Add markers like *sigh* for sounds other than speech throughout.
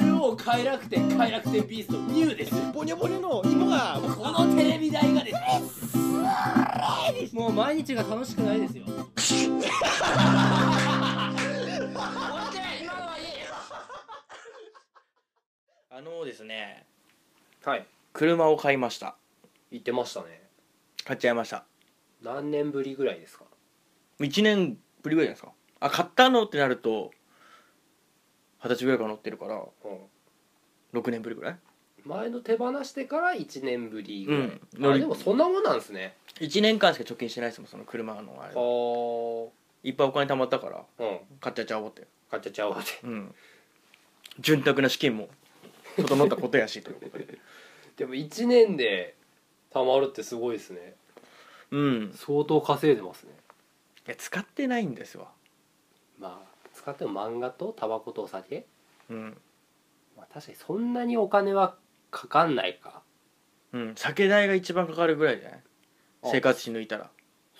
超快楽天快楽天ビーストニューですボニョボニョの芋がこのテレビ台がですねもう毎日が楽しくないですよあのですねはい車を買いました言ってましたね買っちゃいました何年ぶりぐらいですか1年ぶりぐらいじゃないですかあ買ったのってなると二十歳ぐらいから乗ってるからうん6年ぶりぐらい前の手放してから1年ぶりぐらい、うんあでもそんなもんなんですね1年間しか貯金してないですもんその車のあれあーいっぱいお金貯まったからうん買っちゃっちゃおうって買っちゃっちゃおうってうん潤沢な資金も整ったことやしということででも1年で貯まるってすごいですねうん相当稼いでますねいや使ってないんですわまあ使っても漫画とタバコとお酒、うん、まあ、確かにそんなにお金はかかんないかうん、酒代が一番かかるぐらいじゃないあ生活費抜いたら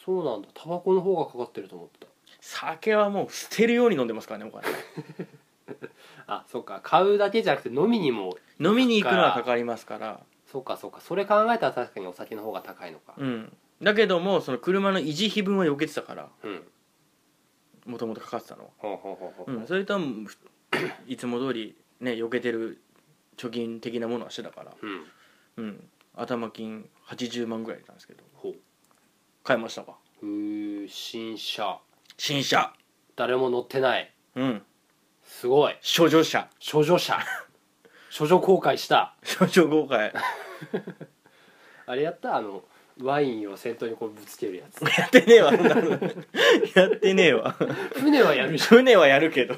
そうなんだタバコの方がかかってると思って酒はもう捨てるように飲んでますからねお金たあそっか買うだけじゃなくて飲みにも飲みに行くのはかかりますからそっかそっかそれ考えたら確かにお酒の方が高いのかうんだけどもその車の維持費分は避けてたからうんもともとかかってたのは、ほうほうほうほうう、ほうんそれとはもういつも通りね避けてる貯金的なものはしてたから、うんうん、頭金80万ぐらいなんですけどほう買いましたわうー新車新車誰も乗ってないうんすごい処女車処女 *laughs* 車処女公開した処女豪華やあれやったあのワインを先頭にこうぶつけるやつやってねえ *laughs* わそんなのやってねえわ *laughs* 船はやるし *laughs* 船はやるけど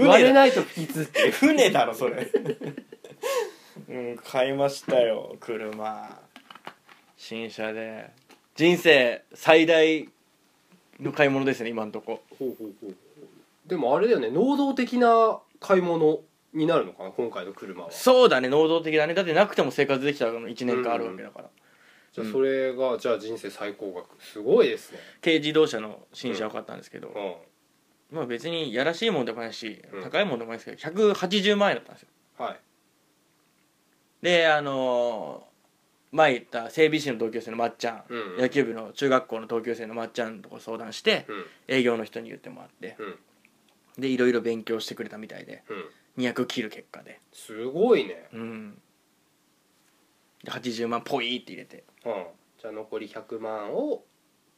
割れだないと不吉っていう船だろそれうん買いましたよ車新車で人生最大の買い物ですね今んとこほうほうほうほうでもあれだよね能動的な買い物になるのかな今回の車はそうだね能動的だねだってなくても生活できたの1年間あるわけだから、じゃあそれが、じゃあ人生最高額すごいですね軽自動車の新車を買ったんですけど、うんまあ別にやらしいもんでもないし、うん高いもんでもないですけど180万円だったんですよはいであのー前言った整備士の同級生のまっちゃん、うん野球部の中学校の同級生のまっちゃんとこ相談して、うん営業の人に言ってもらって、うんでいろいろ勉強してくれたみたいでうん200切る結果ですごいねうんで80万ポイって入れてうんじゃあ残り100万を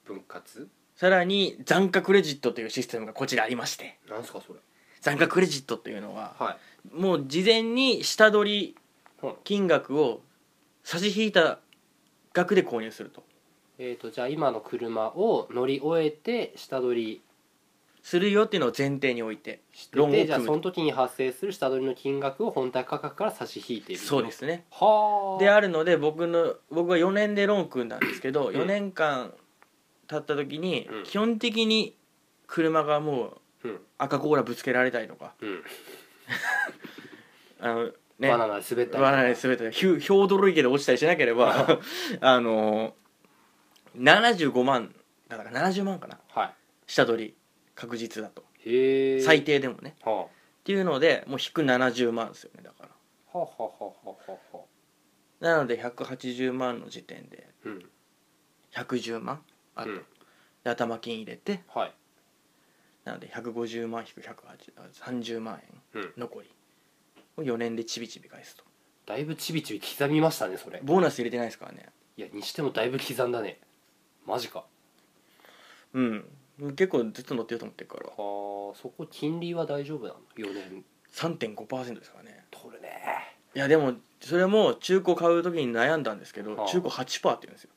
分割さらに残価クレジットというシステムがこちらありましてなんすかそれ残価クレジットというのははいもう事前に下取うりん金額を差し引いた額で購入するとえー、とじゃあ今の車を乗り終えて下取りするよっていうのを前提に置いてして論を組てむじゃあその時に発生する下取りの金額を本体価格から差し引いているそうですねはあであるので僕の僕は4年でローン組んだんですけど4年間経った時にうん基本的に車がもううん赤コーラぶつけられたりとかうんあのねバナナで滑ったりバナナで全てひょひょうどろ池で落ちたりしなければあの75万だから70万かなは下取り確実だといへえ最低でもねはあはっていうのでもう引く70万ですよねだからあはあはあはあはあなので180万の時点でうん110万あと、うんで頭金入れてはいなので150万引く130万円、うん残りを4年でちびちび返すとだいぶちびちび刻みましたねそれボーナス入れてないですからねいやにしてもだいぶ刻んだねマジかうん結構ずっと乗ってると思ってるからはあそこ金利は大丈夫なの4年3.5%ですからね取るねいやでもそれも中古買う時に悩んだんですけどはあ中古8%って言うんですよ、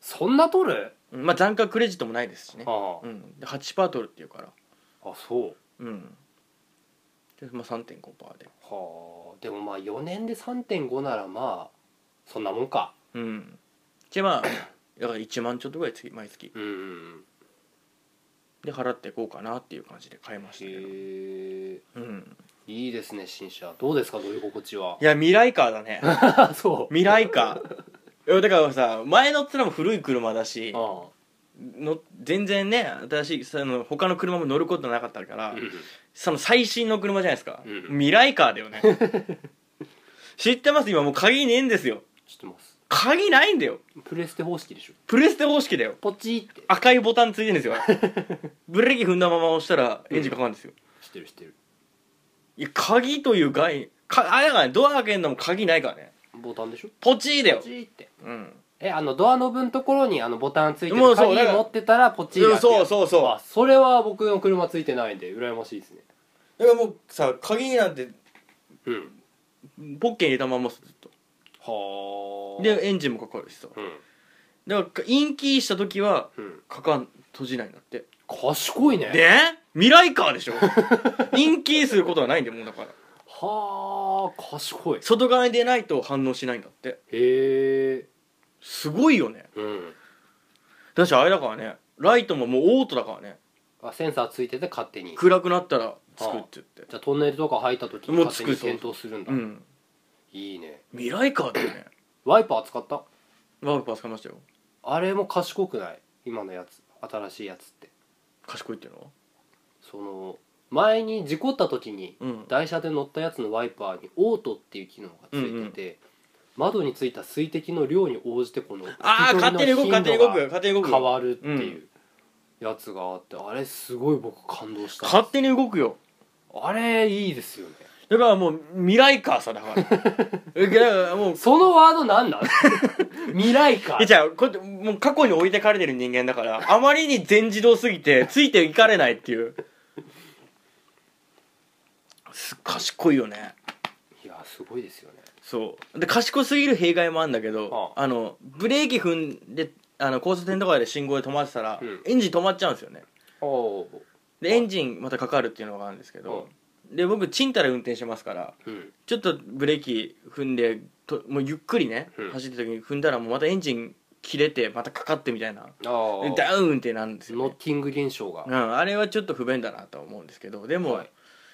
そんな取るうんまあ残価クレジットもないですしね、あうん、で8%取るっていうからああそううんで、まあ、3.5%ではあでもまあ4年で3.5ならまあそんなもんかうんでまあ *coughs* だから1万ちょっとぐらい月毎月うんで払っていこうかなっていう感じで買いましたけど、へえうん、いいですね新車どうですか乗り心地はいや未来カーだねあそう未来カーいやだからさ前乗ってたのも古い車だしあの全然ね私その他の車も乗ることなかったからあうんその最新の車じゃないですか、うん未来カーだ *laughs* よね知ってます今もう鍵ねえんですよ知ってます鍵ないんだよプレステ方式でしょプレステ方式だよポチって赤いボタンついてるん *laughs* ですよブレーキ踏んだまま押したらエンジンかかるんですよ、知ってる知ってるいや鍵という概念かあれだからねドア開けるのも鍵ないからねボタンでしょポチーだポよ、チってうん、えあのドアノブのところにあのボタンついてもるうそう鍵だから持ってたらポチってやつそうそうそうあそれは僕の車ついてないんで羨ましいですねだからもうさ鍵なんてうんポッケに入れたままっすずはっとあでエンジンもかかるしさうんだからインキーした時はうんかかん閉じないんだって賢いねで未来カ *laughs* ーでしょインキーすることはないんだよもうだからはあ賢い外側に出ないと反応しないんだってへえすごいよねうんだしあれだからねライトももうオートだからねあセンサーついてて勝手に暗くなったらつくって言ってじゃあトンネルとか入った時にもう勝手につくそう点灯するんだ、うんいいね未来カーだよねワイパー使ったワークパー使いましたよあれも賢くない今のやつ新しいやつって賢いっていうのはその前に事故った時にうん台車で乗ったやつのワイパーにオートっていう機能がついてて、窓についた水滴の量に応じてこのああ拭き勝手取にり動のく勝手に頻度動く勝手に動がく変わるっていうやつがあってあれすごい僕感動した勝手に動くよあれいいですよねだからもう未来カーさ *laughs* だからえだからもうそのワードなん *laughs* なん未来かえじゃあこうやってもう過去に置いてかれてる人間だからあまりに全自動す *laughs* ぎてついていかれないっていうす賢いよねいやすごいですよねそうで賢すぎる弊害もあるんだけどああのブレーキ踏んであの交差点とかで信号で止まってたら、うんエンジン止まっちゃうんですよねおうでエンジンまたかかるっていうのがあるんですけど、で僕ちんたら運転してますからうんちょっとブレーキ踏んでともうゆっくりね、うん走ってた時に踏んだらもうまたエンジン切れてまたかかってみたいなああダウンってなんですよ、ノッねティング現象がうん、あれはちょっと不便だなとは思うんですけどでも、はい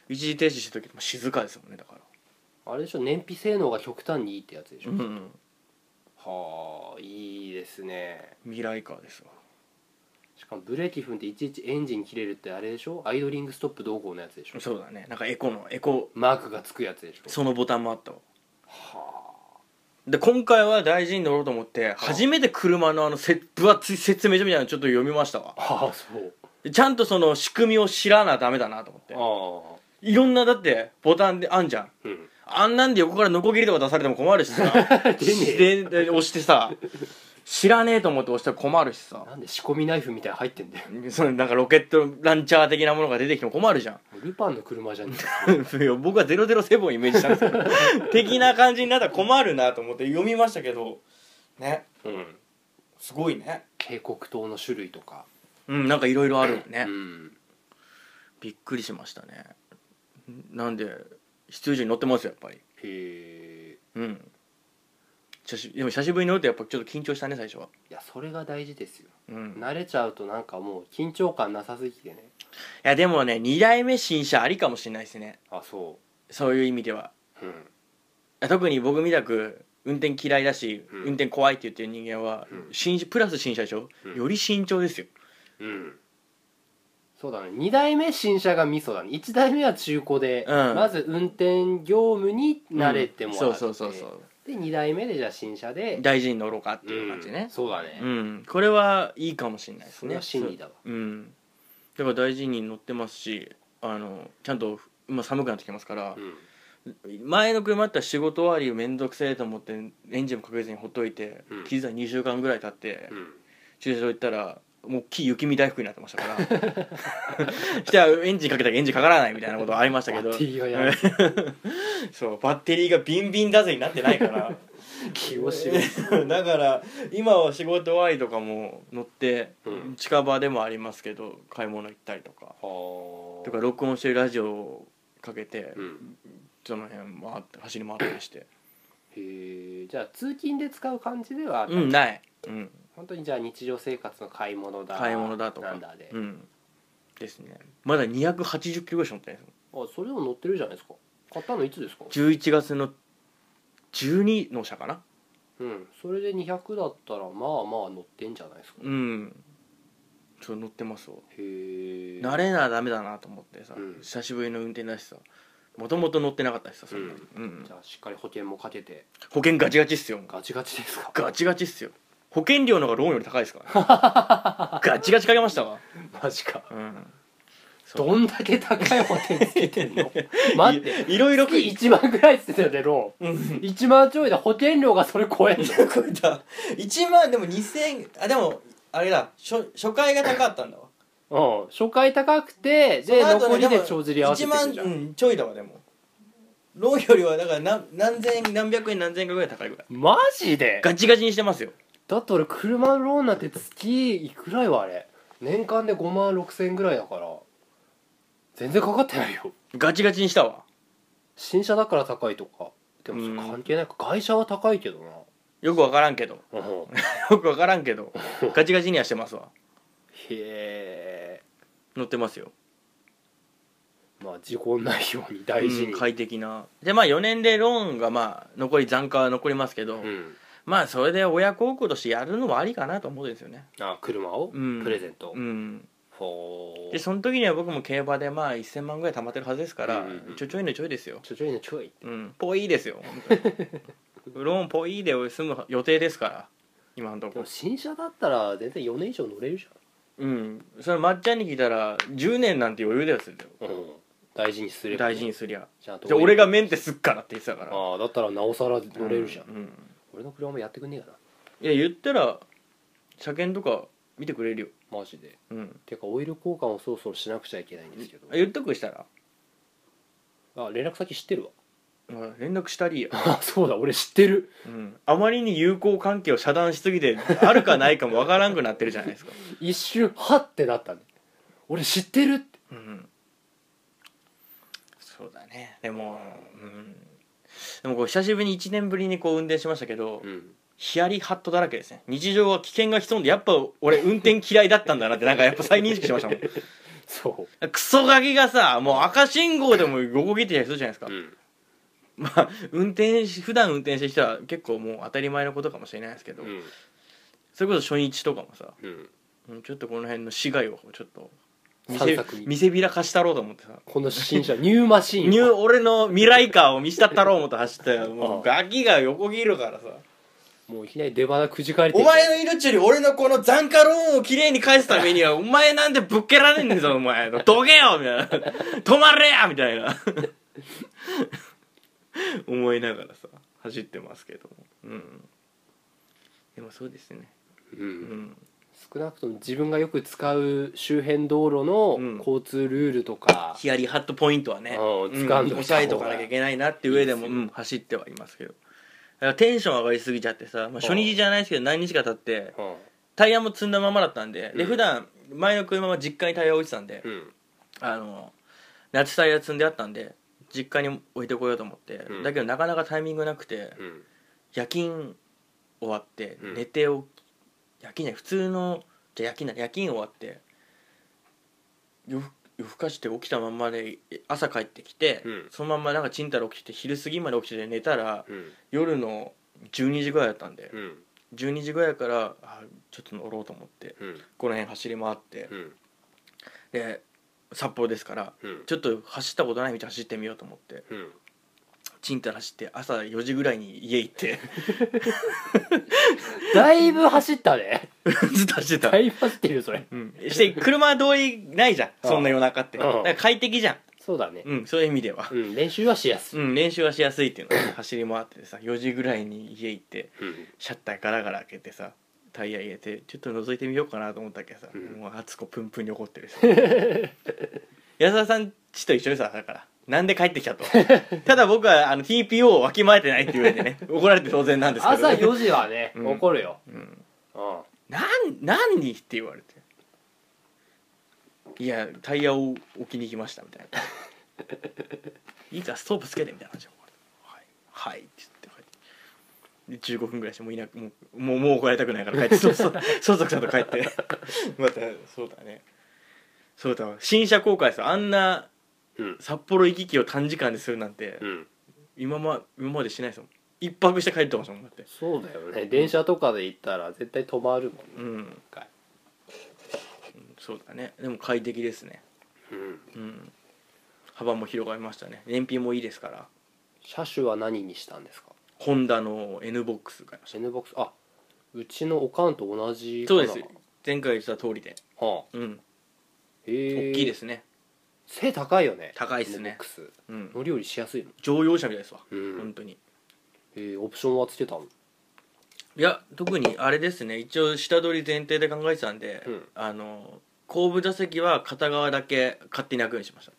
一時停止した時も静かですもんねだから、あれでしょ燃費性能が極端にいいってやつでしょ、うん、はあいいですね未来カーですわしかもブレーキ踏んでいちいちエンジン切れるってあれでしょアイドリングストップどうこうのやつでしょそうだねなんかエコのエコマークがつくやつでしょそのボタンもあったわはで今回は大事に乗ろうと思って初めて車のあのせ分厚い説明書みたいなのちょっと読みましたわあはあそうでちゃんとその仕組みを知らなダメだなと思ってああいろんなだってボタンであんじゃんうんあんなんで横からノコギリとか出されても困るし *laughs* さ出ねでで押してさ知らねえと思って押したら困るしさえなんで仕込みナイフみたいなの入ってんだよそのなんかロケットランチャー的なものが出てきても困るじゃん *laughs* もうルパンの車じゃねえいや僕は007をイメージしたんですけ *laughs* ど的な感じになったら困るなと思って読みましたけどねうんすごいね警告灯の種類とかうんなんかいろいろあるよね、うんびっくりしましたねなんで必要以上に乗ってますよやっぱりへえうん久しでも久しぶりに乗るとやっぱちょっと緊張したね最初はいやそれが大事ですようん慣れちゃうとなんかもう緊張感なさすぎてねいやでもね2代目新車ありかもしれないですねあそそういう意味ではううん特に僕みたく運転嫌いだし、うん運転怖いって言ってる人間は、うん新プラス新車でしょ、うんより慎重ですようんそうだね2代目新車がミソだね1代目は中古で、うんまず運転業務に慣れてもらって、うんそうそうそうそうで2代目でじゃあ新車で大事に乗ろうかっていう感じねそうだね、うん、これはいいかもしれないですそねれは真理だわそううんだから大事に乗ってますしあのちゃんと今寒くなってきますから、うん前の車だったら仕事終わり面倒くせえと思ってエンジンもかけずにほっといて、うん気づいたら2週間ぐらい経って、うん駐車場行ったらもう木雪見大福になってましたから *laughs* じゃあエンジンかけたらエンジンかからないみたいなことありましたけどバッテリーがやら *laughs* そうバッテリーがビンビンだぜになってないから気をしろだから今は仕事終わりとかも乗って、うん近場でもありますけど買い物行ったりとかはとか録音してるラジオをかけて、うんその辺回って走り回ったりしてへえじゃあ通勤で使う感じでは、うんない、うん、本当にじゃあ日常生活の買い物だ買い物だとかなんだで、うん、ですねまだ280キロぐらいしか乗ってないですあそれでも乗ってるじゃないですか買ったのいつですか11月の12の車かなうんそれで200だったらまあまあ乗ってんじゃないですかうんちょっと乗ってますわへえ慣れなダメだなと思ってさ、うん久しぶりの運転だしさもともと乗ってなかったしさそんなに、うんうんじゃあしっかり保険もかけて保険ガチガチっすよもうガチガチですかガチガチっすよ保険料の方がローンより高いです *laughs* から、ね、ガチガチかけましたわマジかうんどんだけ高い保険つけてん *laughs* の待っていいろいろ月1万ぐらいっつってたよねロうーンん1万ちょいで保険料がそれ超えんの超えた1万でも2000あでもあれだ初初回が高かったんだわうん初回高くてでその後残ねりでも帳尻合わせてくるじゃ1万んうんちょいだわでもローンよりはだから何何千円何百円何千円かぐらい高いぐらいマジでガチガチにしてますよだって俺車のローンなんて月いくらよあれ年間で5万6千円ぐらいだから全然かかってないよガチガチにしたわ新車だから高いとかでもそれ関係ないか外車は高いけどなよくわからんけどうんよくわからんけ *laughs* どガチガチにはしてますわへえ乗ってますよまあ事故ないように大事うんに快適なでまあ4年でローンがまあ残り残価は残りますけど、うんまあそれで親孝行としてやるのもありかなと思うんですよねあ車をうんプレゼントうんほーでその時には僕も競馬でまあ1000万ぐらい貯まってるはずですから、うんうんうんちょちょいのちょいですよちょちょいのちょいうんぽいですよ本 *laughs* 当にローンぽいで済む予定ですから今のとでこも新車だったら全然4年以上乗れるじうんそれまっちゃんに聞いたら10年なんて余裕だよそれでゃん、うん、大事にすればね大事にすりゃちゃんとじゃあ俺がメンテすっからって言ってたからああだったらなおさら乗れるじゃん、うんうん俺の車もやってくんねえかいや言ったら車検とか見てくれるよなマジでうんてかオイル交換をそろそろしなくちゃいけないんですけどあ言っとくしたらあ連絡先知ってるわ *laughs* あ連絡したりや、あそうだ俺知ってるうん、あまりに友好関係を遮断しすぎてあるかないかもわからんくなってるじゃないですか、一瞬はってなったんで俺知ってるってうん、そうだねでもうんでもこう久しぶりに1年ぶりにこう運転しましたけど、うんヒヤリハットだらけですね日常は危険が潜んでやっぱ俺運転嫌いだったんだなってなんかやっぱ再認識しましたもんそ *laughs* クソガキがさもう赤信号でも横切ってたりするじゃないですかう、ん、まあ運転し普段運転してきたら結構もう当たり前のことかもしれないですけど、うんそれこそ初日とかもさうん、うんちょっとこの辺の市街をちょっと見散せ策に見せびらかしたろうと思ってさこの新車ニューマシーンニュー俺の未来カーを見したったろう思って走ったよあもあうガキが横切るからさもういきなり出花くじかれてお前の命より俺のこの残価ローンをきれいに返すためにはお前なんてぶっけられんねんぞお前どけよみたいな止まれやみたいな *laughs* 思いながらさ走ってますけどもうんでもそうですねう、うんん少なくとも自分がよく使う周辺道路のうん交通ルールとか、ヒヤリハットポイントはね、うんうん掴んどいた方が押さえとかなきゃいけないなっていう上でもいいですようん走ってはいますけどだからテンション上がりすぎちゃってさ、まあ、初日じゃないですけど何日か経ってうんタイヤも積んだままだったんで、うでん普段前の車は実家にタイヤ置いてたんで、うんあの夏タイヤ積んであったんで実家に置いてこようと思って、うんだけどなかなかタイミングなくてうん夜勤終わってうん寝ておき夜勤じゃない普通のじゃあ夜勤だ夜勤終わって夜夜更かして起きたまんまで朝帰ってきて、うんそのまんまなんかちんたら起きて昼過ぎまで起きて寝たらうん夜の12時ぐらいだったんで、うん12時ぐらいからあちょっと乗ろうと思ってうんこの辺走り回って、うんで札幌ですからうんちょっと走ったことない道走ってみようと思ってうんちんたら走って朝4時ぐらいに家行って *laughs* だいぶ走ったねずっと走ってただ、いぶ走ってるよそれうん、して車通りないじゃんそんな夜中ってうんだから快適じゃんそうだねうんそういう意味ではうん練習はしやすいうん練習はしやすいっていうので走り回っててさ4時ぐらいに家行ってうんシャッターガラガラ開けてさタイヤ入れてちょっと覗いてみようかなと思ったけどさ、うんもう敦子プンプンに怒ってるし *laughs* 安田さんちと一緒にさだからなんで帰ってきたとただ僕はあの TPO をわきまえてないっていう上でね怒られて当然なんですけど、朝ね、 4時はねうん怒るようんうんなん何にって言われて「いやタイヤを置きに行きました」みたいな「いいからストーブつけて」みたいな話をはい」はい」って言って帰ってで15分ぐらいしてもういなくもうもうもう怒られたくないから帰ってそうそう相続さんと帰ってまたそうだねそうだわ新車公開ですよあんなうん札幌行き来を短時間でするなんてうん今ま今までしないですもん一泊して帰ってましたもんだってそうだよね電車とかで行ったら絶対止まるもんねうん一回そうだねでも快適ですねうんうん幅も広がりましたね燃費もいいですから車種は何にしたんですかホンダの N ボックス買いまし N ボックスあうちのおかんと同じたかそうなです前回言った通りではあうんへえ大きいですすね背高いよね高いっすね N ボックスうん乗り降りしやすいの乗用車みたいですわうん本当にへえオプションはつけたのいや特にあれですね一応下取り前提で考えてたんで、うんあの後部座席は片側だけ勝手に開くようにしました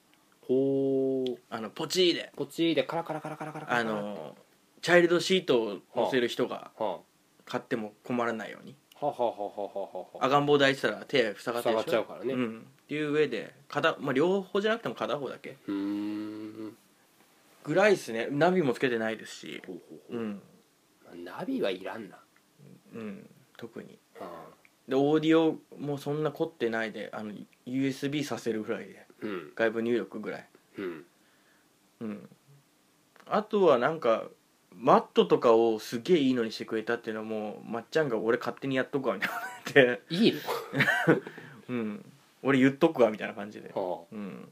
ほうあのポチーでこっちでカラカラカラカラカラカラあのチャイルドシートを乗せる人がは買っても困らないようにあはあはあはあはあはあはあ赤ん坊抱いてたら手塞がって塞るがでっしょちゃうからねうん、っていう上で片、まあ、両方じゃなくても片方だけうーんぐらいですねナビもつけてないですしほうほううほんうナビはいらんなうん特にああでオーディオもそんな凝ってないであの USB させるぐらいでうん外部入力ぐらいうんうんあとはなんかマットとかをすげえいいのにしてくれたっていうのはもうまっちゃんが俺勝手にやっとくわみたいな感じで、いいのうん、俺言っとくわみたいな感じではうん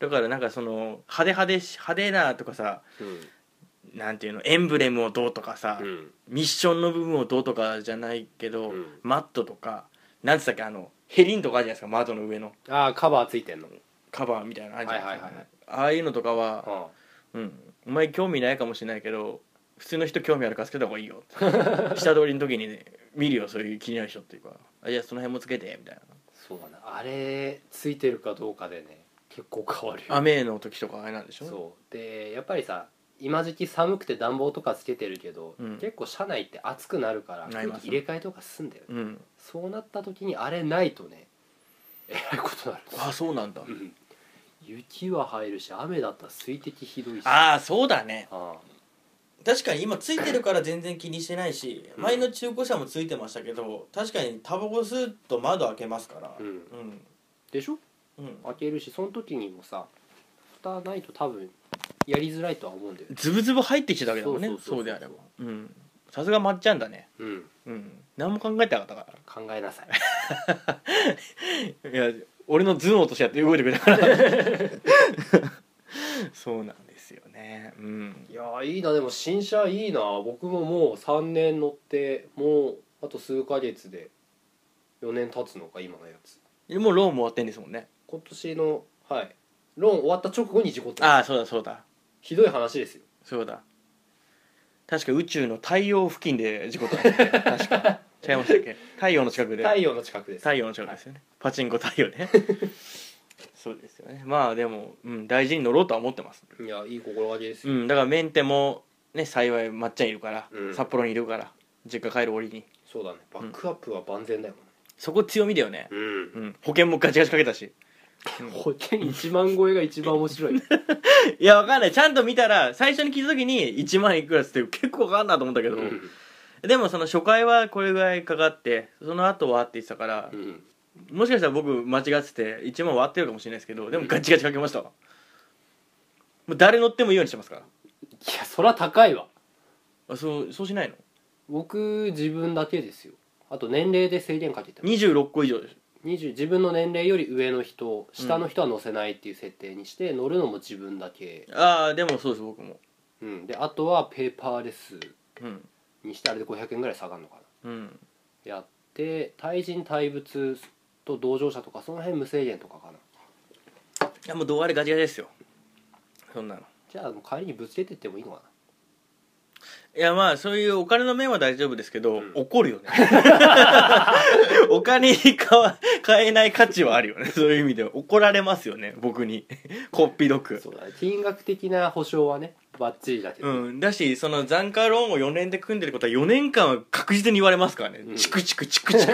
だからなんかその派手派手し派手なとかさあうんなんていうのエンブレムをどうとかさ、うんミッションの部分をどうとかじゃないけど、うんマットとかなんつったっけあのヘリンとかあるじゃないですか窓の上のああカバーついてんのカバーみたいなのあるじゃないですか、はいはいはいああいうのとかは、はうん、お前興味ないかもしれないけど普通の人興味あるからつけた方がいいよ *laughs* 下通りの時に、ね、見るよそういう気になる人っていうかあじゃあその辺もつけてみたいなあそうだなあれついてるかどうかでね結構変わるよ雨の時とかあれなんでしょそうでやっぱりさ今時期寒くて暖房とかつけてるけど、うん結構車内って暑くなるからな空ります気入れ替えとか済んだよねうんそうなった時にあれないとねえらいことになるあそうなんだうん雪は入るし雨だったら水滴ひどいしああそうだねあ確かに今ついてるから全然気にしてないしうん前の中古車もついてましたけど確かにタバコ吸うと窓開けますからうんうんでしょうん開けるしその時にもさ蓋ないと多分やりづらいとは思うんだよねズブズブ入ってきただけだもんねそうそうそうそうそうであればうんさすがまっちゃんだねうんうん何も考えてなかったか考えなさいらいや俺の頭脳としてやって動いてくれたから *laughs* そうなんですよねうんいやーいいなでも新車いいな僕ももう3年乗ってもうあと数ヶ月で4年経つのか今のやつでもうローンも終わってんですもんね今年のはいローン終わった直後に事故ってああそうだそうだひどい話ですよそうだ確か宇宙の太陽付近で事故ったんですよね確か違いましたっけ太陽の近くで太陽の近くです太陽の近くですよね、パチンコ太陽ねそうですよねまあでも、うん、大事に乗ろうとは思ってますいやいい心がけですうよ、んだからメンテもね幸いまっちゃんいるから、うん札幌にいるから実家帰る折にそうだねバックアップは万全だよ、そこ強みだよね、う、うんん、保険もガチガチかけたし保険1万超えが一番面白い *laughs* いやわかんないちゃんと見たら最初に聞いた時に1万いくらっつって結構かかんなと思ったけど、うんでもその初回はこれぐらいかかってその後はって言ってたからう、んもしかしたら僕間違ってて1万割ってるかもしれないですけどでもガチガチかけましたわもう誰乗ってもいいようにしてますからいやそら高いわあそうそうしないの僕自分だけですよあと年齢で制限かけてます26個以上でしょ20自分の年齢より上の人下の人は乗せないっていう設定にして、乗るのも自分だけ、ああでもそうです僕もうん、であとはペーパーレスうんにしてあれで500円ぐらい下がるのかなうんやって対人対物と同乗者とかその辺無制限とかかないやもうどうあれガチガチですよそんなのじゃあもう帰りにぶつけてってもいいのかいやまあそういうお金の面は大丈夫ですけど、うん怒るよ *laughs* ねお金に買わ買えない価値はあるよねそういう意味では怒られますよね僕にこっぴどなくそうだね金額的な保証はねバッチリだけど、うん、だしその残価ローンを4年で組んでることは4年間は確実に言われますからね、うんチクチクチ *laughs* クチク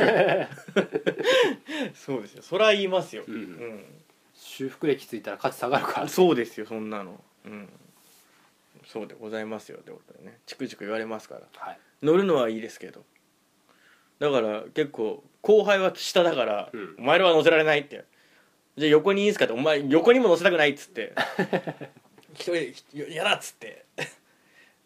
そうですよそれは言いますよ、ううんん修復歴ついたら価値下がるからそうですよそんなの、うん、そうでございますよってことでねチクチク言われますからはい乗るのはいいですけどだから結構後輩は下だから、うんお前らは乗せられないってじゃあ横にいいですかってお前横にも乗せたくないっつって *laughs* 一人でひやだっつって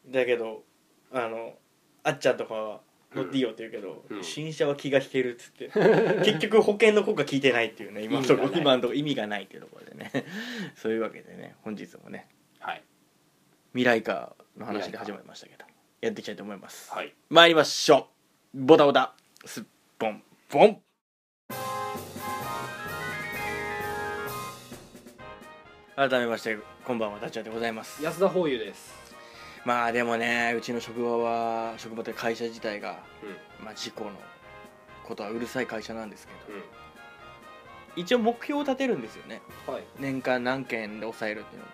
だけどあのあっちゃんとかは乗っていいよって言うけど、うん新車は気が引けるっつって *laughs* 結局保険の効果効いてないっていうね今のとこ意味がない今のとこ意味がないっていうところでねそういうわけでね本日もねはい未来化の話で始まりましたけどやっていきたいと思います、はい参りましょうボタボタすっぽんぽん改めましてこんばんはダチャでございます安田法友ですまあでもねうちの職場は職場というか会社自体が、うまあ、事故のことはうるさい会社なんですけどう一応目標を立てるんですよねんはい年間何件で抑えるっていうの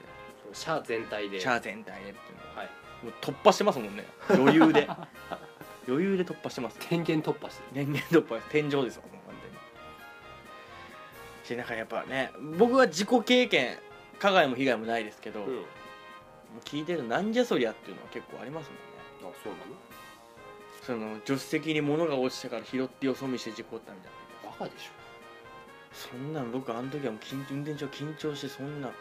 社全体ででシャア全体でっていうのははいもう突破してますもんね余裕 *laughs* で余裕で突破してますよ点検突破して年々突破天井ですよもう完全にしなんかやっぱね僕は自己経験加害も被害もないですけど、るもう聞いてるとなんじゃそりゃっていうのは結構ありますもんねあそうなのその助手席に物が落ちたから拾ってよそ見して事故ったみたいなバカでしそんなん僕あの時はもう緊運転中は緊張してそんなょ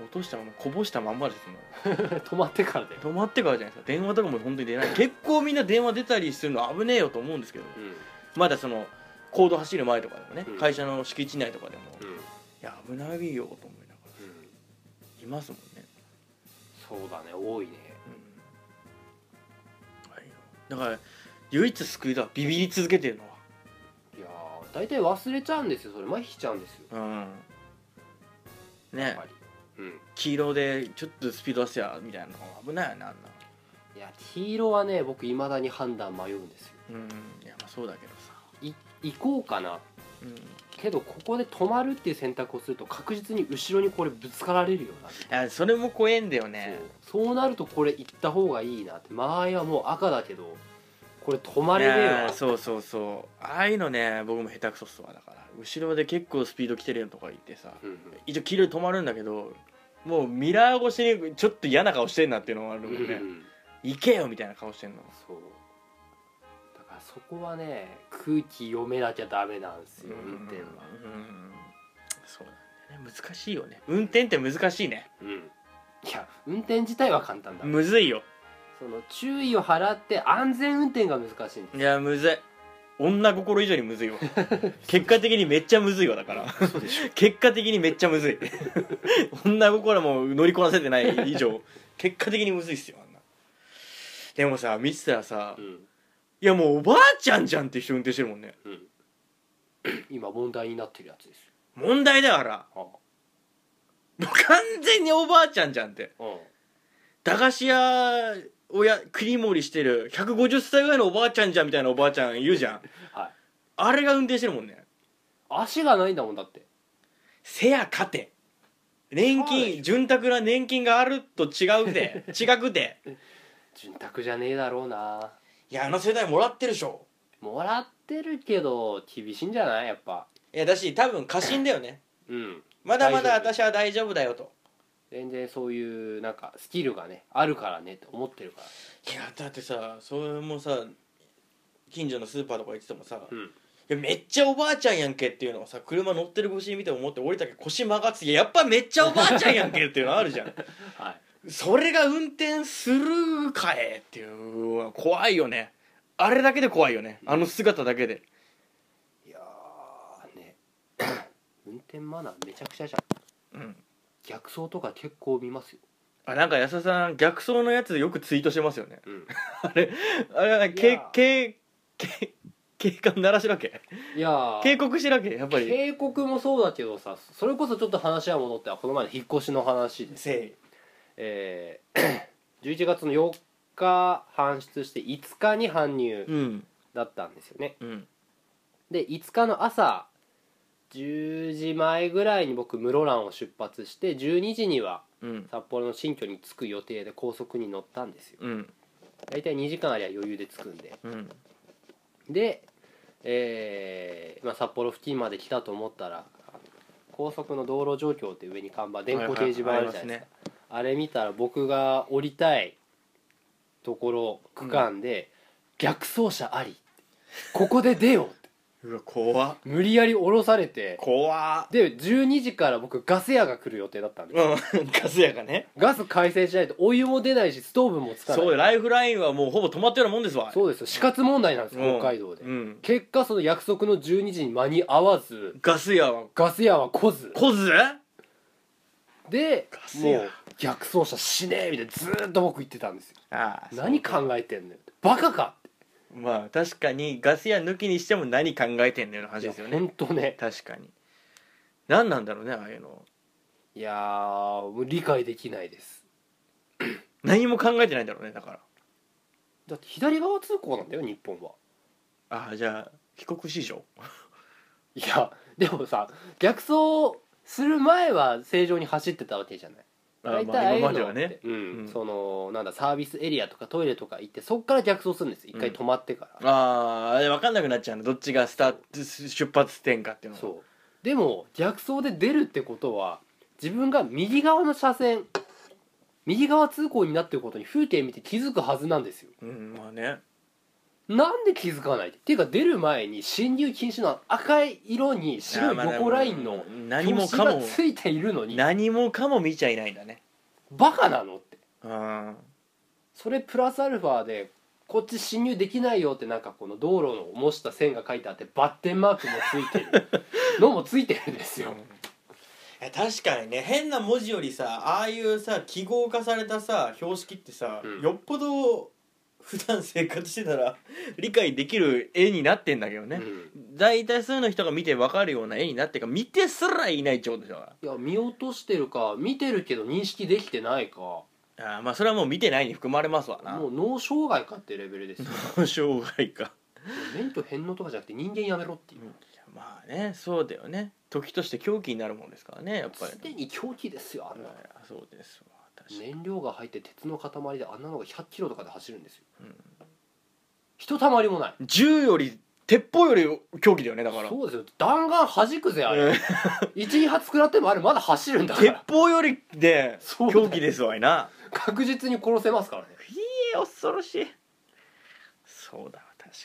落としたままこぼしたまんまですもん止まってからだよ止まってからじゃないですか電話とかも本当に出ない結構みんな電話出たりするの危ねえよと思うんですけどうんまだその行動走る前とかでもね、うん会社の敷地内とかでも、いうんや危ないよと思いながうんらいますもんね、そうだね多いねうんはいよだから唯一救いだビビり続けてるのいやー大体忘れちゃうんですよそれ麻痺しちゃうんですよはうんやっねぱりうん黄色でちょっとスピード出せやみたいなの危ないよねあんないや黄色はね僕いまだに判断迷うんですようんいやまあそうだけどさい行こうかなうんいけどここで止まるっていう選択をすると確実に後ろにこれぶつかられるよなやそれも怖えんだよねそうそうなるとこれ行った方がいいなって間合いはもう赤だけどこれ止まいれねえよやなそうそうそうああいうのね僕も下手くそっすわだから後ろで結構スピード来てるようなとか言ってさうんうん一応黄色で止まるんだけどもうミラー越しにちょっと嫌な顔してんなっていうのもあるもんうねん行けよみたいな顔してんのそうだからそこはね空気読めなきゃダメなんですよ運転はうんそうなんだよね難しいよね運転って難しいねうんいや運転自体は簡単だむずいよその注意を払って安全運転が難しいんでいやむずい女心以上にむず *laughs* いわ結果的にめっちゃむずいわだからすそうでしょ結果的にめっちゃむずい女心も乗りこなせてない以上結果的にむずいっすよあんなでもさ見てたらさ、ういんやもうおばあちゃんじゃんって人運転してるもんねうん今問題になってるやつです問題だからよもう完全におばあちゃんじゃんってあうん駄菓子屋をや切り盛りしてる150歳ぐらいのおばあちゃんじゃんみたいなおばあちゃんいるじゃんはいあれが運転してるもんね足がないんだもんだってせやかて年そうでし金ょ潤沢な年金があると違 *laughs* うで違くて潤沢じゃねえだろうないやあの世代もらってるでしょもらってるけど厳しいんじゃないやっぱいやだし多分過信だよねうんまだまだ大私は大丈夫だよと全然そういうなんかスキルがねあるからねって思ってるからいやだってさそれもさ近所のスーパーとか行っててもさ、いんやめっちゃおばあちゃんやんけっていうのをさ車乗ってる腰見て思って降りたけど腰曲がっててやっぱめっちゃおばあちゃんやんけっていうのあるじゃんはいそれが運転するかえっていうのは怖いよねあれだけで怖いよねあの姿だけでいやーね *clears throat* 運転マナーめちゃくちゃじゃんうん逆走とか結構見ますよあなんか安田さん逆走のやつよくツイートしてますよねうん *laughs* あれはいけやけけ警官鳴らしらけいやー警告しらけやっぱり警告もそうだけどさそれこそちょっと話は戻ってこの前の引っ越しの話ですせえー *clears throat* 11月の4日搬出して5日に搬入うんだったんですよねうんで5日の朝10時前ぐらいに僕室蘭を出発して12時にはうん札幌の新居に着く予定で高速に乗ったんですようん大体2時間ありゃ余裕で着くんでうんで、えーまあ、札幌付近まで来たと思ったら高速の道路状況って上に看板電光掲示板あるじゃないですか、はいはいありますねあれ見たら僕が降りたいところ区間で、逆走車ありここで出ようってうわ怖っ無理やり降ろされて怖っで12時から僕ガス屋が来る予定だったんですうんガス屋がねガス改正しないとお湯も出ないしストーブもつかないそうよライフラインはもうほぼ止まったようなもんですわそうですよ死活問題なんですよ、うん北海道で、うん結果その約束の12時に間に合わずガス屋はガス屋は来ずこずでガスも屋う逆走車死ねえみたいなずーっと僕言ってたんですよああ何そう考えてんのよってバカかっまあ確かにガス屋抜きにしても何考えてんのよな話てですよいやね本当ね確かに何なんだろうねああいうのいやーもう理解できないです何も考えてないんだろうねだからだって左側通行なんだよ日本はああじゃあ帰国子女いやでもさ逆走する前は正常に走ってたわけじゃないああ大ま体あああい今うまでのっはねてうんうんそのなんだサービスエリアとかトイレとか行ってそっから逆走するんです一回止まってから、ああ分かんなくなっちゃうのどっちがスタート出発点かっていうのがそうでも逆走で出るってことは自分が右側の車線右側通行になってることに風景見て気づくはずなんですようんまあねなんで気づかないっていうか出る前に進入禁止の赤い色に白いまあまあ横ラインの何もか標も識がついているのに何もかも見ちゃいないんだねバカなのってうんそれプラスアルファでこっち進入できないよってなんかこの道路の模した線が書いてあってバッテンマークもついてるのもついてるんです *laughs* よいや確かにね変な文字よりさああいうさ記号化されたさ標識ってさ、うんよっぽど普段生活してたら *laughs* 理解できる絵になってんだけどね、うん大体数の人が見て分かるような絵になってるか見てすらいないってことでしょいや見落としてるか見てるけど認識できてないかもあーまあそれはもう見てないに含まれますわなう脳障害かってレベルですよ *laughs* 障害か免許返納とかじゃなくて人間やめろっていうまあねそうだよね時として狂気になるもんですからねやっぱりすでに狂気ですよあんなのあそうですわ確かに、燃料が入って鉄の塊であんなのが100キロとかで走るんですよ、うんひとたまりもない銃より鉄砲より狂気だよねだからそうですよ弾丸弾くぜあ *laughs* うんれ12発食らってもあれまだ走るんだか鉄ら砲よりでそうだよ狂気ですわいな確実に殺せますからねえー恐ろしいそうだわ確か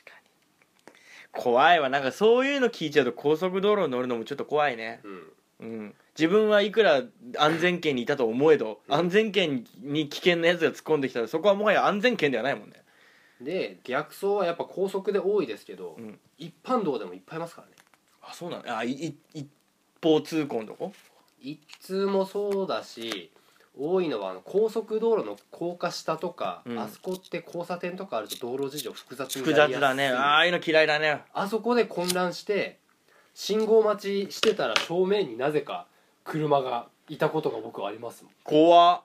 に怖いわなんかそういうの聞いちゃうと高速道路に乗るのもちょっと怖いねうんうん自分はいくら安全圏にいたと思えど安全圏に危険なやつが突っ込んできたらそこはもはや安全圏ではないもんねで逆走はやっぱ高速で多いですけど、うん一般道でもいっぱいいますからねあそうなのあいい一方通行のとこ一通もそうだし多いのはあの高速道路の高架下とか、うんあそこって交差点とかあると道路事情複雑に複なりやすい雑だねああいうの嫌いだねあそこで混乱して信号待ちしてたら正面になぜか車がいたことが僕はありますも怖っ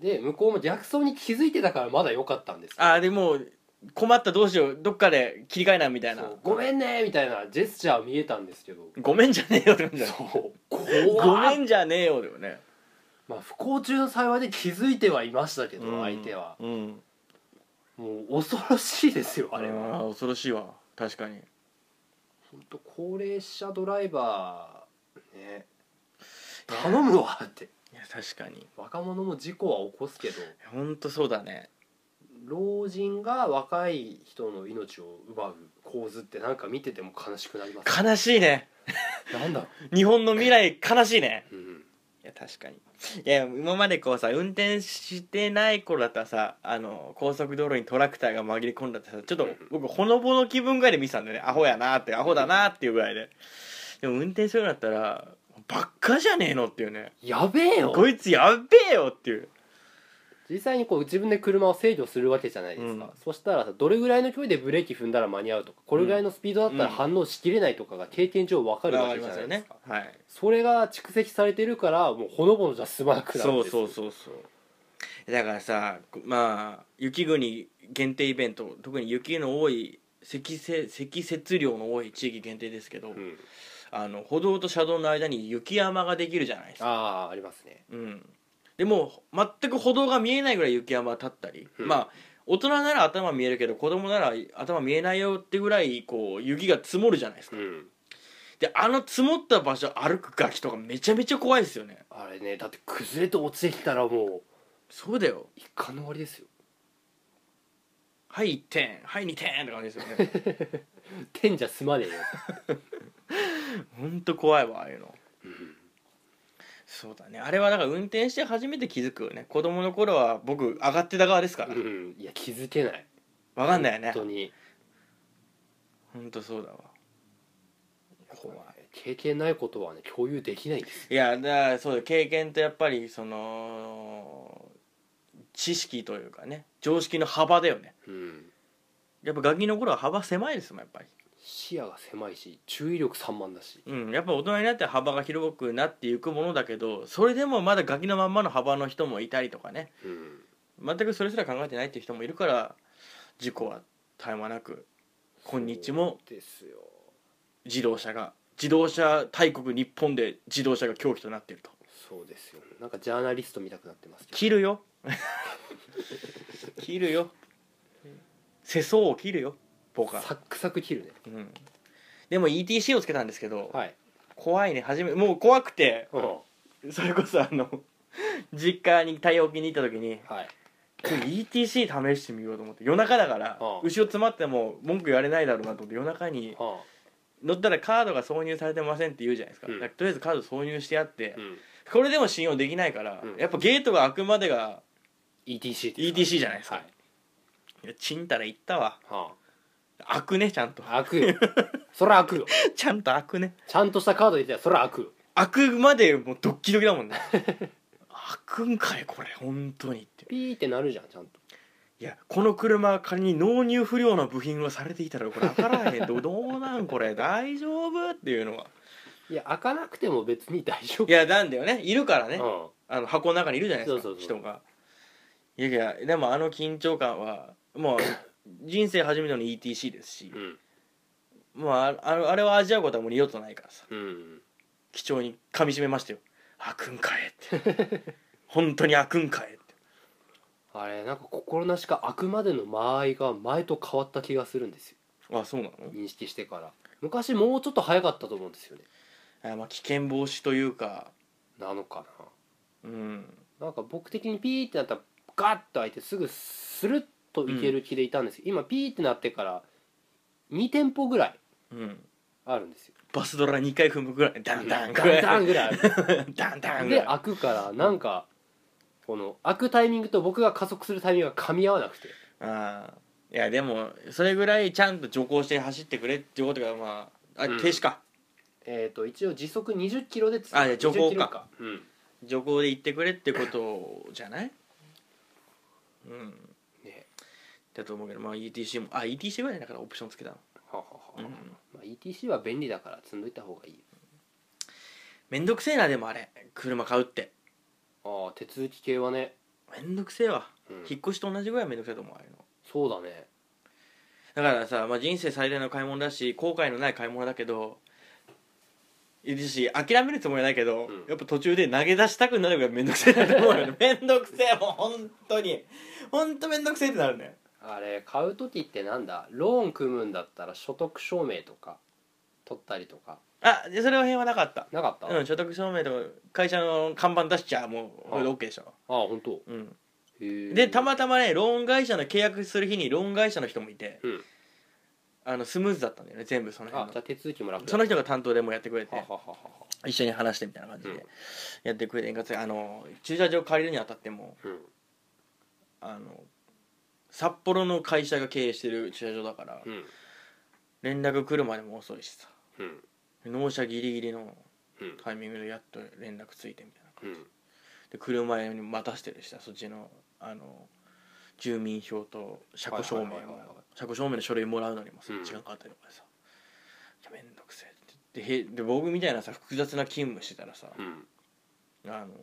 んで向こうも逆走に気づいてたからまだ良かったんですけどあーでも困ったどうしようどっかで切り替えなみたいなそうごめんねみたいなジェスチャーは見えたんですけどごめんじゃねえよってことじゃないそうご怖めいんじゃねえよだよねまあ不幸中の幸いで気づいてはいましたけど、うん相手はうんもう恐ろしいですよああれれは、は恐ろしいわ確かに本当高齢者ドライバーね頼むわっていや確かに若者も事故は起こすけど本当そうだね老人が若い人の命を奪う構図ってなんか見てても悲しくなります悲しいねなんだろ日本の未来悲しいねう、うん、いや確かにいや今までこうさ運転してない頃だったらさあの高速道路にトラクターが紛れ込んだってさちょっと僕ほのぼの気分ぐらいで見てたんだよねアホやなーってアホだなーっていうぐらいででも運転するようになったらばっかじゃねえのっていうねやべえよこいつやっべえよっていう実際にこう自分で車を制御するわけじゃないですか、うんそしたらさどれぐらいの距離でブレーキ踏んだら間に合うとかこれぐらいのスピードだったらうん反応しきれないとかが経験上わかるわけじゃないですか,、はいそれが蓄積されてるからもうほのぼのじゃ済まなくなるんそうですそうそうそうだからさまあ雪国限定イベント特に雪の多い積雪積雪量の多い地域限定ですけど、うんあの歩道と車道の間に雪山ができるじゃないですか、ああありますねうん、でもう全く歩道が見えないぐらい雪山が立ったり、うんまあ大人なら頭見えるけど子供なら頭見えないよってぐらいこう雪が積もるじゃないですか、うんであの積もった場所歩くガキとかめちゃめちゃ怖いですよねあれねだって崩れて落ちてきたらもうそうだよ一貫の終わりですよはい1点はい2点って感じです *laughs* よね天じゃ済まねえよ、ほんと怖いわああいうのそうだねあれはだから運転して初めて気づくよね子供の頃は僕上がってた側ですから分うん、いや気づけないかんないよね本当にほんとそうだわ怖い経験ないことはね共有できないんですいやだからそうだよ経験とやっぱりその知識というかね常識の幅だよねうんやっぱガキの頃は幅狭いですもんやっぱり視野が狭いし注意力散漫だしうんやっぱ大人になって幅が広くなっていくものだけどそれでもまだガキのまんまの幅の人もいたりとかねうん全くそれすら考えてないっていう人もいるから事故は絶え間なく今日もそうですよ自動車が自動車大国日本で自動車が狂気となっているとそうですよなんかジャーナリスト見たくなってますけど切るよ切るよ世相を切るよ僕は、サックサク切るねうん、でも ETC をつけたんですけど、はい、怖いね初めもう怖くてうん、はそれこそあの実家に対応気に入った時にいちょっと ETC 試してみようと思って夜中だからうん後ろ詰まっても文句言われないだろうなと思って夜中には乗ったらカードが挿入されてませんって言うじゃないですか,、うんだからとりあえずカード挿入してあって、あ、うん、これでも信用できないから、うんやっぱゲートが開くまでが ETC っていうか ETC じゃないですか、はいいやちんたら行ったわは開くねちゃんと *laughs* あ、開くよそら開くよちゃんと開くねちゃんとしたカード入れたらそら開くよ開くまでもうドッキドキ *laughs* だもんね開くんかいこれ本当にってピーってなるじゃんちゃんといやこの車は仮に納入不良の部品をされていたらこれ開からへんど *laughs* どうなんこれ大丈夫っていうのはいや開かなくても別に大丈夫いやなんだよねいるからね、うんあの箱の中にいるじゃないですかそうそうそう人がいやいやでもあの緊張感は *laughs* もう人生初めての ETC ですしう、んもうああのあれは味わうことはもう二度とないからさうん貴重に噛みしめましたよ「あくんかえ」って *laughs* 本当にあくんかえってあれなんか心なしか開くまでの間合いが前と変わった気がするんですよあそうなの認識してから昔もうちょっと早かったと思うんですよねあまあ危険防止というかなのかうんななんか僕的にピーってなったらガッと開いてすぐスルッといける気でいたんですよ、今ピーってなってから2店舗ぐらいうんあるんですよバスドラ2回踏むぐらいダンダンガンガンンぐらいある *laughs* ダンダンぐでら開くからなんかこの開くタイミングと僕が加速するタイミングが噛み合わなくていあーいやでもそれぐらいちゃんと徐行して走ってくれってことがまああうん停止かえー、と一応時速20キロでつあいや徐行か20キロか、うん徐行で行ってくれってことじゃないうんねだと思うけどまあ ETC もあ ETC ぐらいだからオプションつけたのはあはあはあうんまあ、ETC は便利だから積んどいた方がいいめんどくせえなでもあれ車買うってああ手続き系はね、めんどくせえわ、うん引っ越しと同じぐらいめんどくせえと思うあれのそうだねだからさ、まあ、人生最大の買い物だし後悔のない買い物だけどいるし諦めるつもりはないけど、うんやっぱ途中で投げ出したくなるぐらいめんどくせえなと思うよね *laughs* めんどくせえもう本当に本当めんどくせえってなるねあれ買う時ってなんだローン組むんだったら所得証明とか取ったりとかあでそれは辺はなかったなかった、うあん所得証明とか会社の看板出しちゃもうこれで OK でしょ、あ本当うん、へえでたまたまねローン会社の契約する日にローン会社の人もいて、うんあのスムーズだったんだよね全部そのあじ辺ゃのあ手続きも楽だその人が担当でもやってくれてははははは一緒に話してみたいな感じうんでやってくれて円滑にあの駐車場借りるにあたってもうんあの札幌の会社が経営してる駐車場だからうん連絡来るまでも遅いしさうん納車ギリギリのうんタイミングでやっと連絡ついてみたいなうんで車に待たせてるしさそっちのあの住民票と車庫証明をはいはいはいはいはい車庫証明の書類もらうのにもさうん時間かかったりとかでさ「いやめんどくせえ」ってでへで僕みたいなさ複雑な勤務してたらさうんあの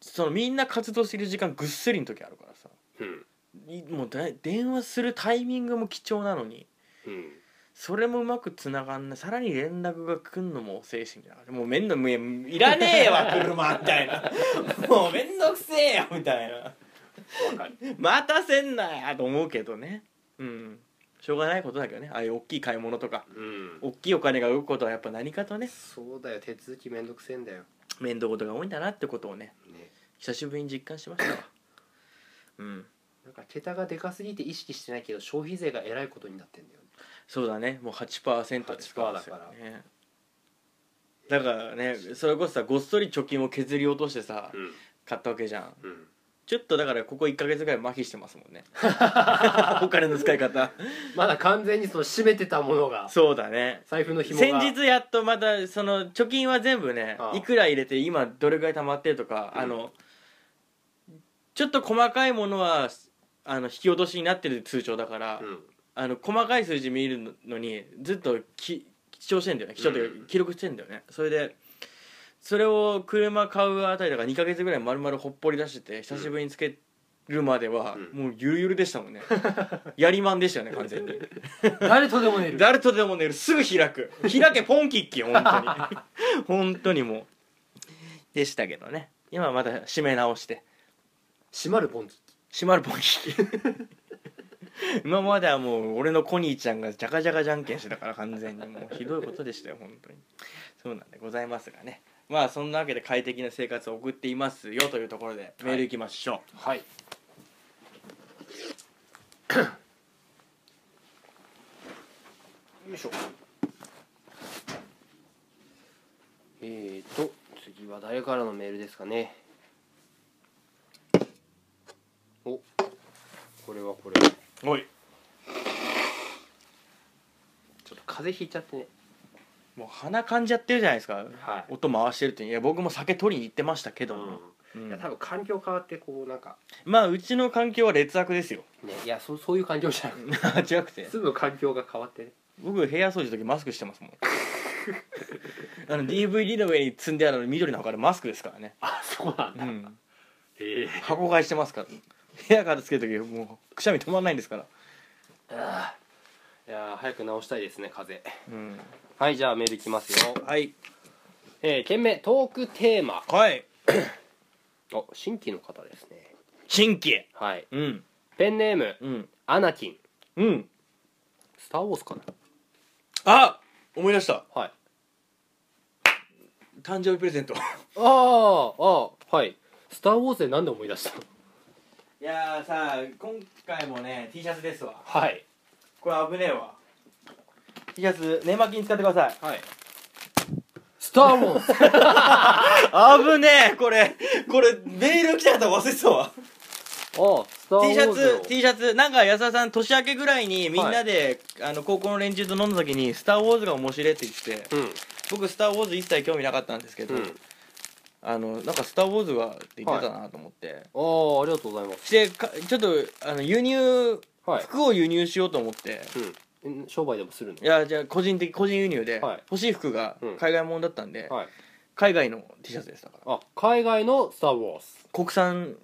そのみんな活動してる時間ぐっすりの時あるからさうんいもうだ電話するタイミングも貴重なのにうんそれもうまくつながんないさらに連絡が来んのも遅いしみたいなもう面倒めんいらねえわ車みたいなもうめんどくせえよみたいなわかる待たせんなよと思うけどねうんしょうがないことだけどねああいう大きい買い物とかうん大きいお金が動くことはやっぱ何かとねそうだよ手続きめんどくせえんだよ面倒事が多いんだなってことをねね久しぶりに実感しましたわうんなんか桁がでかすぎて意識してないけど消費税がえらいことになってんだよねそうだねもう8%です8%だからねだからねそれこそさごっそり貯金を削り落としてさ、買ったわけじゃんうん、うん、ちょっとだからここ1か月ぐらい麻痺してますもん *laughs* ねお金の使い方まだ完全にその締めてたものがそうだね財布の紐先が日やっとまたその貯金は全部ねああいくら入れて今どれぐらい貯まってるとか、うんあのちょっと細かいものはあの引き落としになってる通帳だから、うんあの細かい数字見るのにずっとき記帳してんだよね記帳といううんか記録してんだよね、それでそれを車買うあたりだから2ヶ月ぐらい丸々ほっぽり出してて久しぶりにつけるまではうんもうゆるゆるでしたもんねやりまんでしたよね完全に誰とでも寝る誰とでも寝るすぐ開く開けポンキッキ本当に本当にもうでしたけどね今また締め直して閉まるポンキ閉まるポンキッキ *laughs* 今まではもう俺のコニーちゃんがジャカジャカじゃんけんしてたから完全にもうひどいことでしたよ本当にそうなんでございますがねまあそんなわけで快適な生活を送っていますよというところでメールいきましょう、はい *coughs* よいしょえーと次は誰からのメールですかねおこれはこれちょっおいと風邪ひいちゃってねもう鼻かんじゃってるじゃないですか、は音回してるっていや僕も酒取りに行ってましたけども、うん、ういんや多分環境変わってこうなんかまあうちの環境は劣悪です *laughs* よねいやそそういう環境じゃなく違くてて住む環境が変わってね僕部屋掃除の時マスクして *laughs* ますもんあの DVD の上に積んである緑の箱でマスクですからね、あそうなんうだ、ん、ええ箱買いしてますから部屋からつける時もうくしゃみ止まんないんですから、あーいやー早く直したいですね風邪うん、はいじゃあメールいきますよはいえー、件名トークテーマはいお新規の方ですね新規はいうんペンネームうんアナキンうんスター・ウォーズかなあ思い出したはい誕生日プレゼント *laughs* いあーあーはいスター・ウォーズでなんで思い出したのやーさ今回もね T シャツですわはいこれ危ねえわ T シャツ寝巻きに使ってくださいはいスター・ウォーズ危ねえこれこれメール来た方忘れてたわ *laughs* *laughs* ああスター・ウ T シォーャズのツ T シャツなんか安田さん年明けぐらいにみんなで、あの高校の連中と飲んだ時に「スター・ウォーズ」が面白いって言ってて僕「スター・ウォーズ」一切興味なかったんですけど、うんうんあのなんか「スター・ウォーズ」がって言ってたなと思って、ああありがとうございますしてかちょっとあの輸入はい服を輸入しようと思って、うんん商売でもするい、やじゃあ個人的個人輸入で、はい欲しい服がうん海外もんだったんで、のはい海外の T シャツですだからあ海外のスター・ウォーズ国産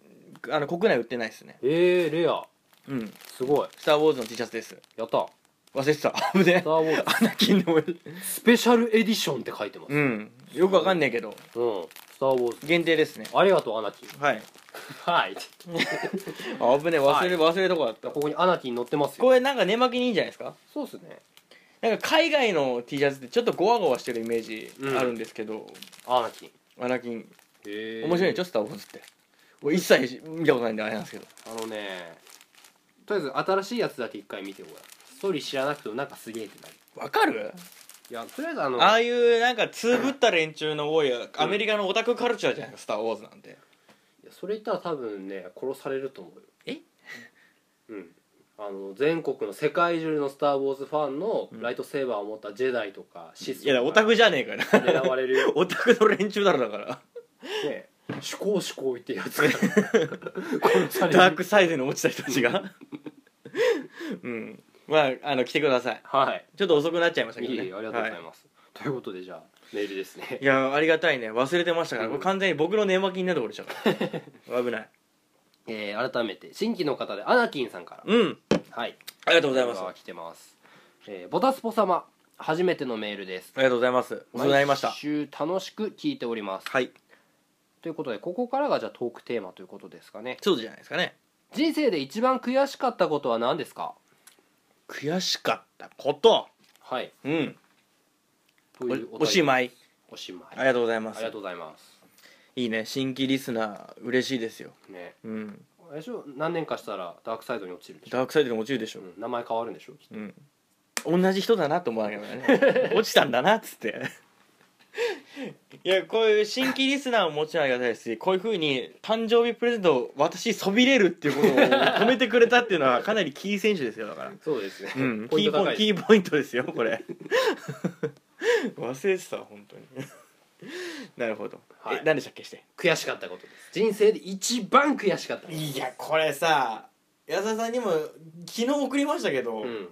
あの国内売ってないですねえー、レアうんすごい「スター・ウォーズ」の T シャツですやった忘れてた *laughs* 危スねター・ウ *laughs* ォーズアナキンのスペシャルエディションって書いてますうんよくわかんねえけどうんスター・ウォーズ限定ですねありがとうアナキンはいはいあ危ねえ忘れ、忘れとこだったここにアナキン乗ってますよこれなんか寝巻きにいいんじゃないですかそうっすねなんか海外の T シャツってちょっとゴワゴワしてるイメージあるんですけど、アナキンアナキンへ面白いねちょょっとスター・ウォーズって俺一切見たことないんであれなんですけどあのねとりあえず新しいやつだけ一回見てごらんストーリー知らなくてもなんかすげえってなるわかるいやとりあえずあのああいうなんかつぶった連中の多いアメリカのオタクカルチャーじゃないですか「スター・ウォーズ」なんていやそれ言ったら多分ね殺されると思うよえうんあの全国の世界中の「スター・ウォーズ」ファンのライトセーバーを持ったジェダイとかシスいやオタクじゃねえから *laughs* 狙われるよオタクの連中だろだからね思考思考言ってや *laughs* つが殺されるダークサイドに落ちた人たちが *laughs* うんまああの来てくださいはいちょっと遅くなっちゃいましたいけど、えいね、えありがとうございはます、ということでじゃあメールですねいやありがたいね忘れてましたから、うんこれ完全に僕の寝巻きになる俺じゃから *laughs* 危ない *laughs* えー改めて新規の方でアナキンさんからうんはいありがあとうございますあ来てます、えーボタスポ様初めてのメールですりがとうございます遅くなりました毎週楽しく聞いておりますはいということでここからがじゃあトークテーマということですかねそうじゃないですかね人生で一番悔しかったことは何ですか悔しかったことはいうんというおおしいまいおしまいありがとうございまあすりがとうございますいいね新規リスナー嬉しいですよねうんあれでしょ何年かしたらダークサイドに落ちるでしょ、ダークサイドに落ちるでしうょ、ん、名前変わるんでしょきっとうん同じ人だなと思わなきゃね *laughs* 落ちたんだなっつっていやこういう新規リスナーを持ち上げたいしこういうふうに誕生日プレゼントを私そびれるっていうことを止めてくれたっていうのはかなりキー選手ですよだからそうですね、うん、*laughs* キポインートポ高イいキーポイントですよこれ忘れてたわ本当に *laughs* なるほど、はいえ何でしたっけして悔しかったことです人生で一番悔しかったいやこれさ安田さんにも昨日送りましたけど、うん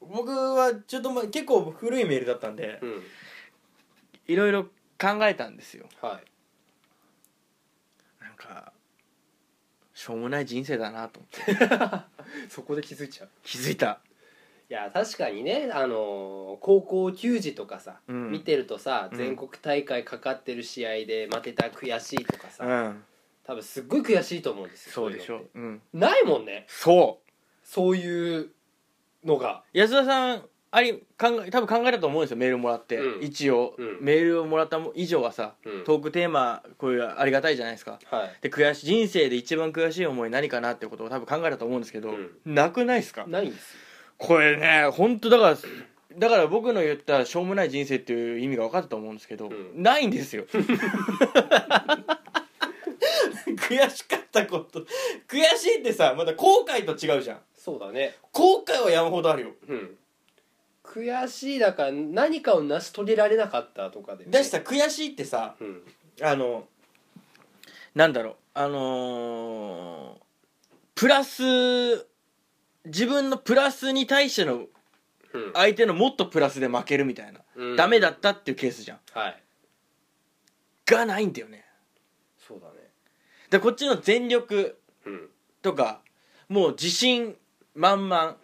僕はちょっと、ま、結構古いメールだったんでうんいろいろ考えたんですよはいなんかしょうもない人生だなと思ってそこで気づいちゃう気づいたいや確かにねあのー高校球児とかさ、うん見てるとさうん全国大会かかってる試合で負けた悔しいとかさ、うん多分すっごい悔しいと思うんですよそうでしいょのってうんないもんねそそういうのがう安田さんあり考え多分考えたと思うんですよメールもらって、うん一応、うんメールをもらった以上はさ、うんトークテーマこういうありがたいじゃないですかはいで悔し人生で一番悔しい思い何かなってことを多分考えたと思うんですけど、うなくないですかないんですよこれね本当だからだから僕の言ったしょうもない人生っていう意味が分かったと思うんですけど、うんないんですよ *laughs* 悔しかったこと悔しいってさまた後悔と違うじゃんそうだね後悔は山ほどあるようん悔しいだから何かを成し遂げられなかったとかでね、だしさ悔しいってさうんあのなんだろうあのープラス自分のプラスに対してのうん相手のもっとプラスで負けるみたいな、うんダメだったっていうケースじゃんはいがないんだよねそうだねでこっちの全力うんとかもう自信満々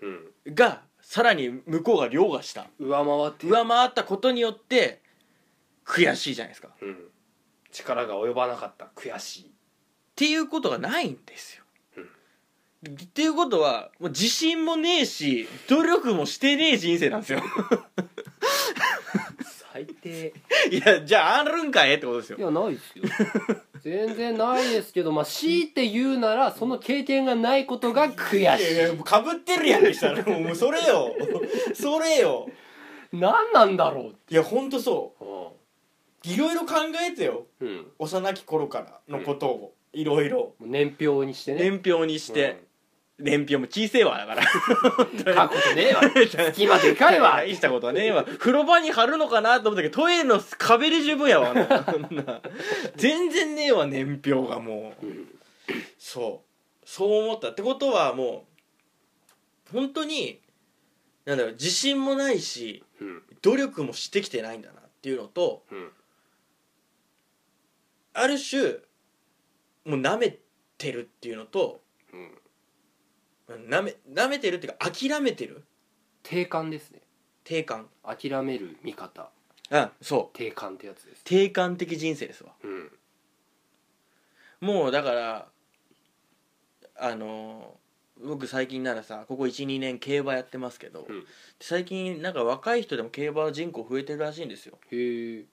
うんがさらに向こうが凌駕した上回って上回ったことによって悔しいじゃないですかっうん、力が及ばなかった悔しいていうことがないんですよ、っていうことはもう自信もねえし努力もしてねえ人生なんですよ最低 *laughs* いやじゃああるんかえってことですよいやない *laughs* ですよ全然ないですけどまあ強いて言うならその経験がないことが悔しかぶってるやんでしたらもうそれよ *laughs* それよい何なんだろいやほんとそううういろいろ考えてよん、うん、幼き頃からのことをいろいろ年表にしてね年表にして、、年表も小せえわだからう *laughs* ん、書くこと *laughs* ねえわ隙間でかいわ *laughs* 大したことはねえわ風呂場に貼るのかなと思ったけどトイレの壁で十分やわもうそん *laughs* な全然ねえわ年表がもうそうそう思ったってことはもう本当になんだろう自信もないしうん努力もしてきてないんだなっていうのとうんある種もう舐めてるっていうのとうん舐め舐めてるっていうか諦めてる定感ですね定感諦める見方うんそう定感ってやつです定感的人生ですわうんもうだからあの僕最近ならさここ12年競馬やってますけど、うん最近なんか若い人でも競馬人口増えてるらしいんですよへえ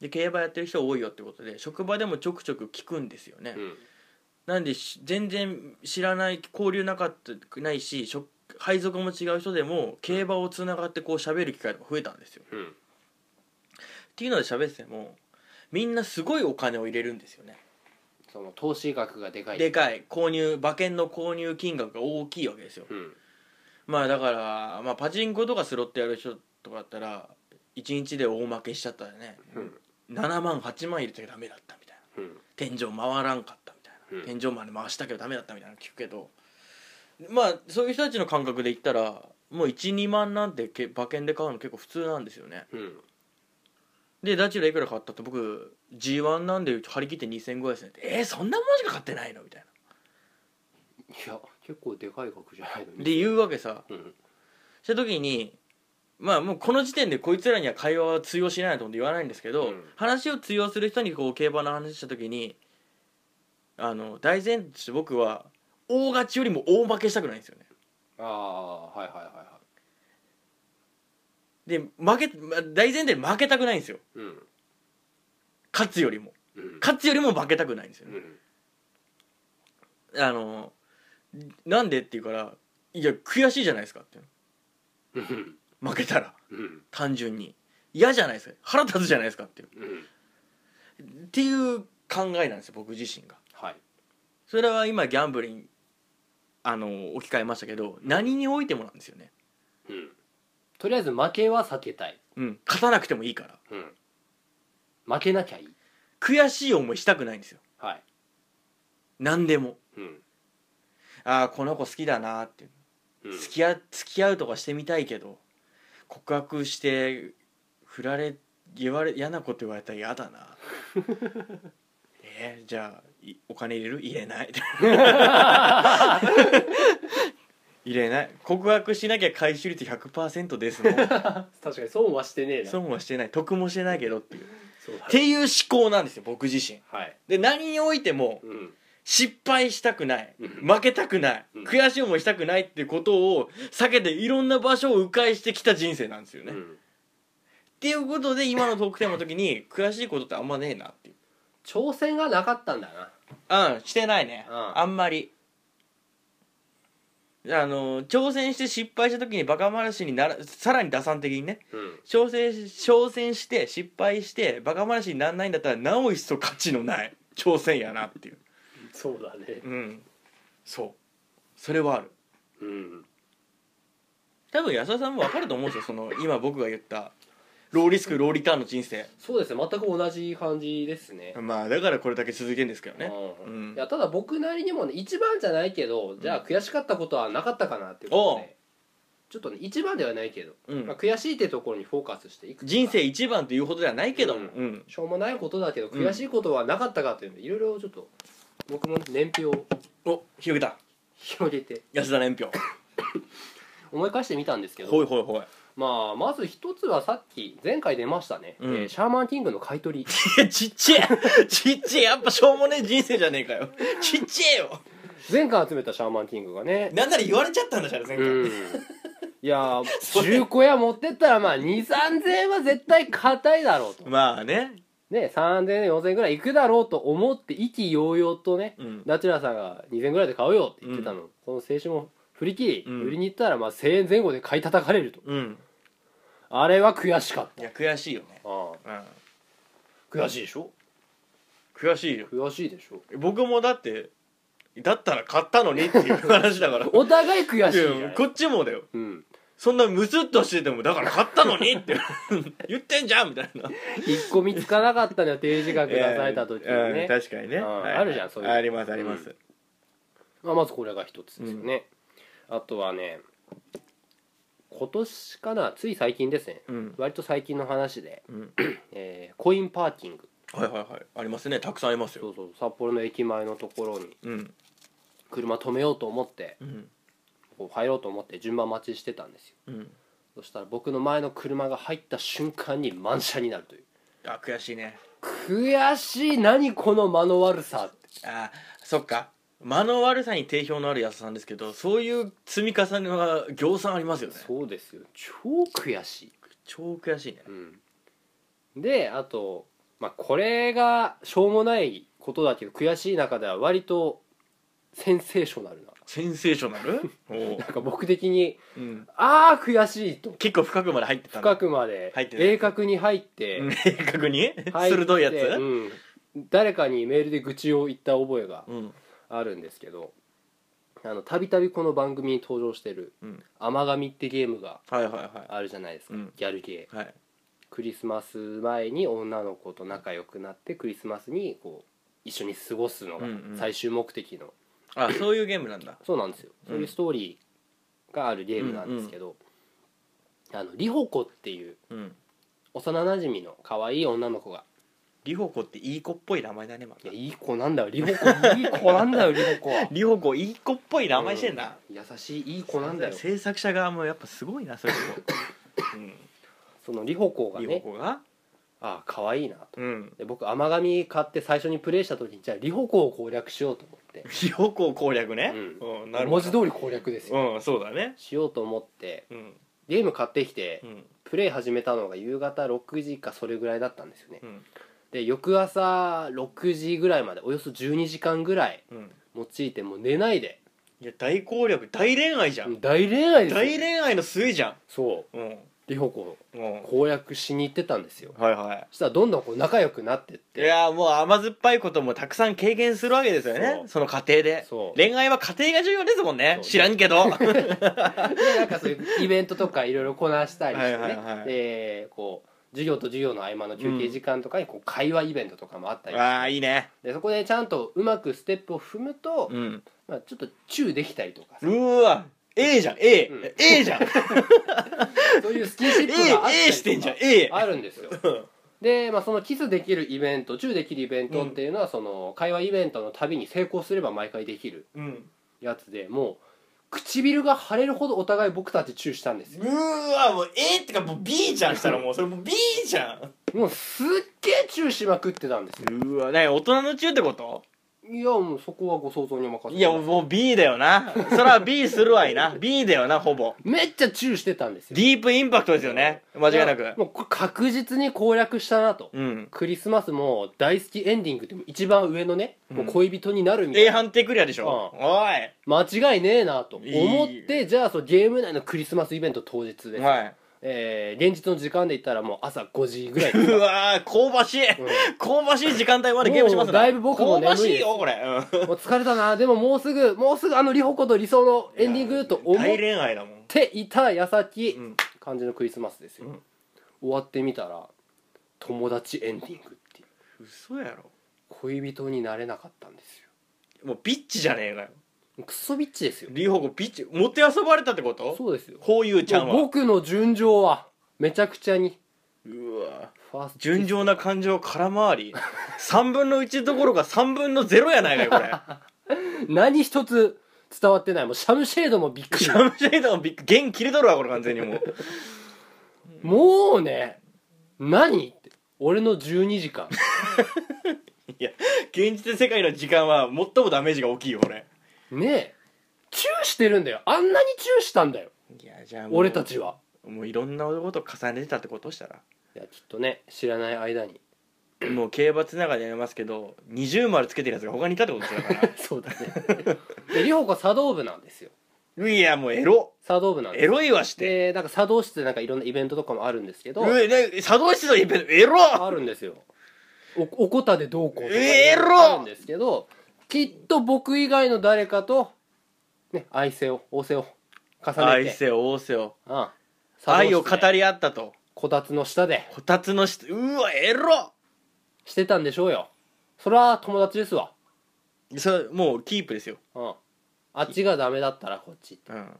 で競馬やってる人多いよってことで職場でもちょくちょく聞くんですよね、うんなんでし全然知らない交流なかったないししょ配属も違う人でも競馬をつながってこう喋る機会とか増えたんですようんっていうので喋っててもみんなすごいお金を入れるんですよねその投資額がでかいでかい購入馬券の購入金額が大きいわけですようんまあだから、まあ、パチンコとかスロットやる人とかだったら1日で大負けしちゃったらね、うん7万8万入れたけどダメだったみたいなうん天井回らんかったみたいな、う天井まで回したけどダメだったみたいなの聞くけどまあそういう人たちの感覚で言ったらもう12万なんてけ馬券で買うの結構普通なんですよねうんでダチュラいくら買ったって僕 G1 なんで張り切って2500ですねってえー、そんなもんしか買ってないのみたいいや結構でかい額じゃないのなにで言うわけさうんした時にまあもうこの時点でこいつらには会話は通用しないと思って言わないんですけど、うん話を通用する人にこう競馬の話した時にあの大前提として僕は大勝ちよりも大負けしたくないんですよねああはいはいはいはで負けま大前提で負けたくないんですよいうん勝つよりもうん勝つよりも負けたくないんですよね、うんあのなんでって言うから「いや悔しいじゃないですか」ってうん負けたらうん単純に嫌じゃないですか腹立つじゃないですかっていううんっていう考えなんですよ僕自身がはいそれは今ギャンブルにあの置き換えましたけど何においてもなんですよねうんとりあえず負けは避けたいうん勝たなくてもいいからうん負けなきゃいい悔しい思いしたくないんですよはい何でもうんああこの子好きだなーっていううん付き合付き合うとかしてみたいけど告白して振られ言われ嫌なこと言われたら嫌だ *laughs* なえーじゃあいお金入れる入れない *laughs* 入れない告白しなきゃ回収率100%ですもん確かに損はしてねえな損はしてない得もしてないけどっていうそうだっていう思考なんですよ僕自身はいで何においてもうん失敗したくないうん負けたくないうん悔しい思いしたくないってことを避けていろんな場所を迂回してきた人生なんですよね、うっんていうことで今のトークテーマの *laughs* 時に悔しいことってあんまねえなっていう挑戦がなかったんだなうんしてないね、うんあんまりあの挑戦して失敗した時にバカ話にならさらに打算的にねうん挑戦し挑戦して失敗してバカ話にならないんだったらなお一層価値のない挑戦やなっていうそうだねうんそうそれはあるうん多分安田さんも分かると思うんですよその今僕が言ったローリスクローリターンの人生そうですね全く同じ感じですねまあだからこれだけ続けるんですけどねううんん、いやただ僕なりにもね一番じゃないけどじゃあ悔しかったことはなかったかなっていうことでちょっとね一番ではないけど、うんまあ、悔しいってところにフォーカスしていく人生一番というほどではないけども、うしょうもないことだけどん悔しいことはなかったかというのいろいろちょっと僕もね年表をうんお広げた広げて *laughs* 安田年表思い返してみたんですけど、ほいほいほいまあ、まず一つはさっき前回出ましたね、うんえーシャーマンキングの買い取りいやちっちゃえちっちゃえやっぱしょうもねえ人生じゃねえかよちっちゃえよ前回集めたシャーマンキングがねなんなら言われちゃったんだじゃん前回、うんいや *laughs* それ中古屋持ってったらまあ23000円は絶対硬いだろうとまあねね、3000円4000円ぐらいいくだろうと思って意気揚々とね、うんナチュラさんが2000円ぐらいで買うよって言ってたの、この青春を振り切り、うん売りに行ったらまあ1000円前後で買い叩かれるとうんあれは悔しかっいや悔しいよねたああうん悔しいでしょ悔しいよ悔しいでしょ僕もだってだったら買ったの *laughs* にっていう話だからお互い悔しいじゃいやんこっちもだようん、そんなムスッとしててもだから買ったのにって *laughs* 言ってんじゃんみたいな一個見つかなかったのよ定時額出された時にね、うん確かにね、うんはいあるじゃんそういうのありますあります、まあ、まずこれが一つですよね、あとはね今年かなつい最近ですねうん割と最近の話で、うんえーコインパーキングはいはいはいありますねたくさんありますそようそう札幌の駅前のところにうん車止めようと思ってうんこう入ろうと思って順番待ちしてたんですようんそしたら僕の前の車が入った瞬間に満車になるというあ悔しいね悔しい何この間の悪さってあそっか間の悪さに定評のある安田さんですけどそういう積み重ねは行さんありますよねそうですよ超悔しい、超悔しいねうん、であと、まあ、これがしょうもないことだけど悔しい中では割とセンセーショナルなセンセーショ *laughs* ナルなおうんか僕的にうん、ああ悔しいと結構深くまで入ってたんだ深くまで入ってない鋭角に入って、 *laughs* うん正確に入って鋭いやつ、うん、誰かにメールで愚痴を言った覚えがうんあるんですけどあのたびたびこの番組に登場してるうん「甘神」ってゲームがはいはいはあるじゃないですか、うんギャルゲーいはいクリスマス前に女の子と仲良くなってクリスマスにこう一緒に過ごすのがうんうん最終目的の、あそういうゲームなんだそうなんですようんそういうストーリーがあるゲームなんですけど、あのリホコっていううん幼なじみの可愛い女の子がリホコっていい子っぽい名前だねまいたやいい子なんだよリホ *laughs* コいい子なんだよリホコはリホコいい子っぽい名前してんな、うん優しいいい子なんだよ制作者側もやっぱすごいなそれも、 *laughs* そのリホコうがん、リホねコがああ可愛いなとうんで僕甘神買って最初にプレイした時にじゃあリホコを攻略しようと思ってリホコ攻略ね、ううんなる文ほ字ど通り攻略ですようんそうだねしようと思ってうんゲーム買ってきてうんプレイ始めたのが夕方6時かそれぐらいだったんですよねうんで翌朝6時ぐらいまでおよそ12時間ぐらいうんも用いてもう寝ないでいや大攻略大恋愛じゃん、大恋愛です大よ恋愛の末じゃそうんうんリホ子うん公約しに行ってたんですよはいはそしたらどんどんこう仲良くなってっいいてやーもう甘酸っぱいこともたくさん経験するわけですよねそその過程でそう恋愛は過程が重要ですもんねそう知らんけどでなんかそういうイベントとかいろいろこなしたりしてねはいはいはいでこう授業と授業の合間の休憩時間とかにこう会話イベントとかもあったりしてああいいねでそこでちゃんとうまくステップを踏むと、うんまあ、ちょっとチューできたりとかうさーわ A じゃん A、うん A じゃん A そういうスキンシップがあったりとか A してんじゃん A あるんですよで、まあ、そのキスできるイベントチューできるイベントっていうのは、その会話イベントのたびに成功すれば毎回できるうんやつでもう唇が腫れるほどお互い僕たちチューしたんですようーわもう A ってかもう B じゃんしたらもうそれもう B じゃんもうすっげえチューしまくってたんですようーわね大人の中ってこといやもうそこはご想像にお任せいやもう B だよなそれは B するわいな B だよなほぼめっちゃチューしてたんですよディープインパクトですよね間違いなくもうこれ確実に攻略したなと、うんクリスマスも大好きエンディングって一番上のね、もううん恋人になるみたい A な判定クリアでしょ、うんおい間違いねえなといい思ってじゃあそのゲーム内のクリスマスイベント当日です、はいえー現実の時間で言ったらもう朝5時 *laughs* ぐらいですうわー香ばしい、香ばしい時間帯までゲームしますもなうだいぶ僕も眠いです香ばしいよこれ、うんもう疲れたなでももうすぐもうすぐあのリホコと理想のエンディングと思っ大恋愛だもんていた矢先、うん感じのクリスマスですよ、うん終わってみたら友達エンディングっていう嘘やろ恋人になれなかったんですもうビッチじゃねえかよよクソビッチですよリホコビッチ持って遊ばれたってことそうですよこういうちゃんもうは僕の純情はめちゃくちゃにうわファースト純情な感情空回り3分の1どころか3分の0やないかよこれ何一つ伝わってないもうシャムシェードもびっくりシャムシェイドのビッグ弦切れとるわこれ完全にもうもうね何って俺の12時 *laughs* 間いや現実世界の時間は最もダメージが大きいよこれねえチューしてるんだよあんなにチューしたんだよいやじゃあもう俺たちはもういろんなことを重ねてたってことしたらいやきっとね知らない間にもう競馬つながりでやりますけど二重丸つけてるやつが他にいたってことだかそうだね *laughs* でリホコ茶道部なんですよらいやもうエロ茶道部なんですエロいわしてでなんか茶道室でなんかいろんなイベントとかもあるんですけどうえね作動室のイベントエロあるんですよおおこたでどうこうとかえーエロあるんですけどきっと僕以外の誰かと、ね、愛せを仰せを重愛ねてせよ仰せよああ愛を茶道室で語り合ったとこたつの下でこたつの下うわエロしてたんでしょうよそれは友達ですわ、それもうキープですよ、うん、あっちがダメだったらこっちうん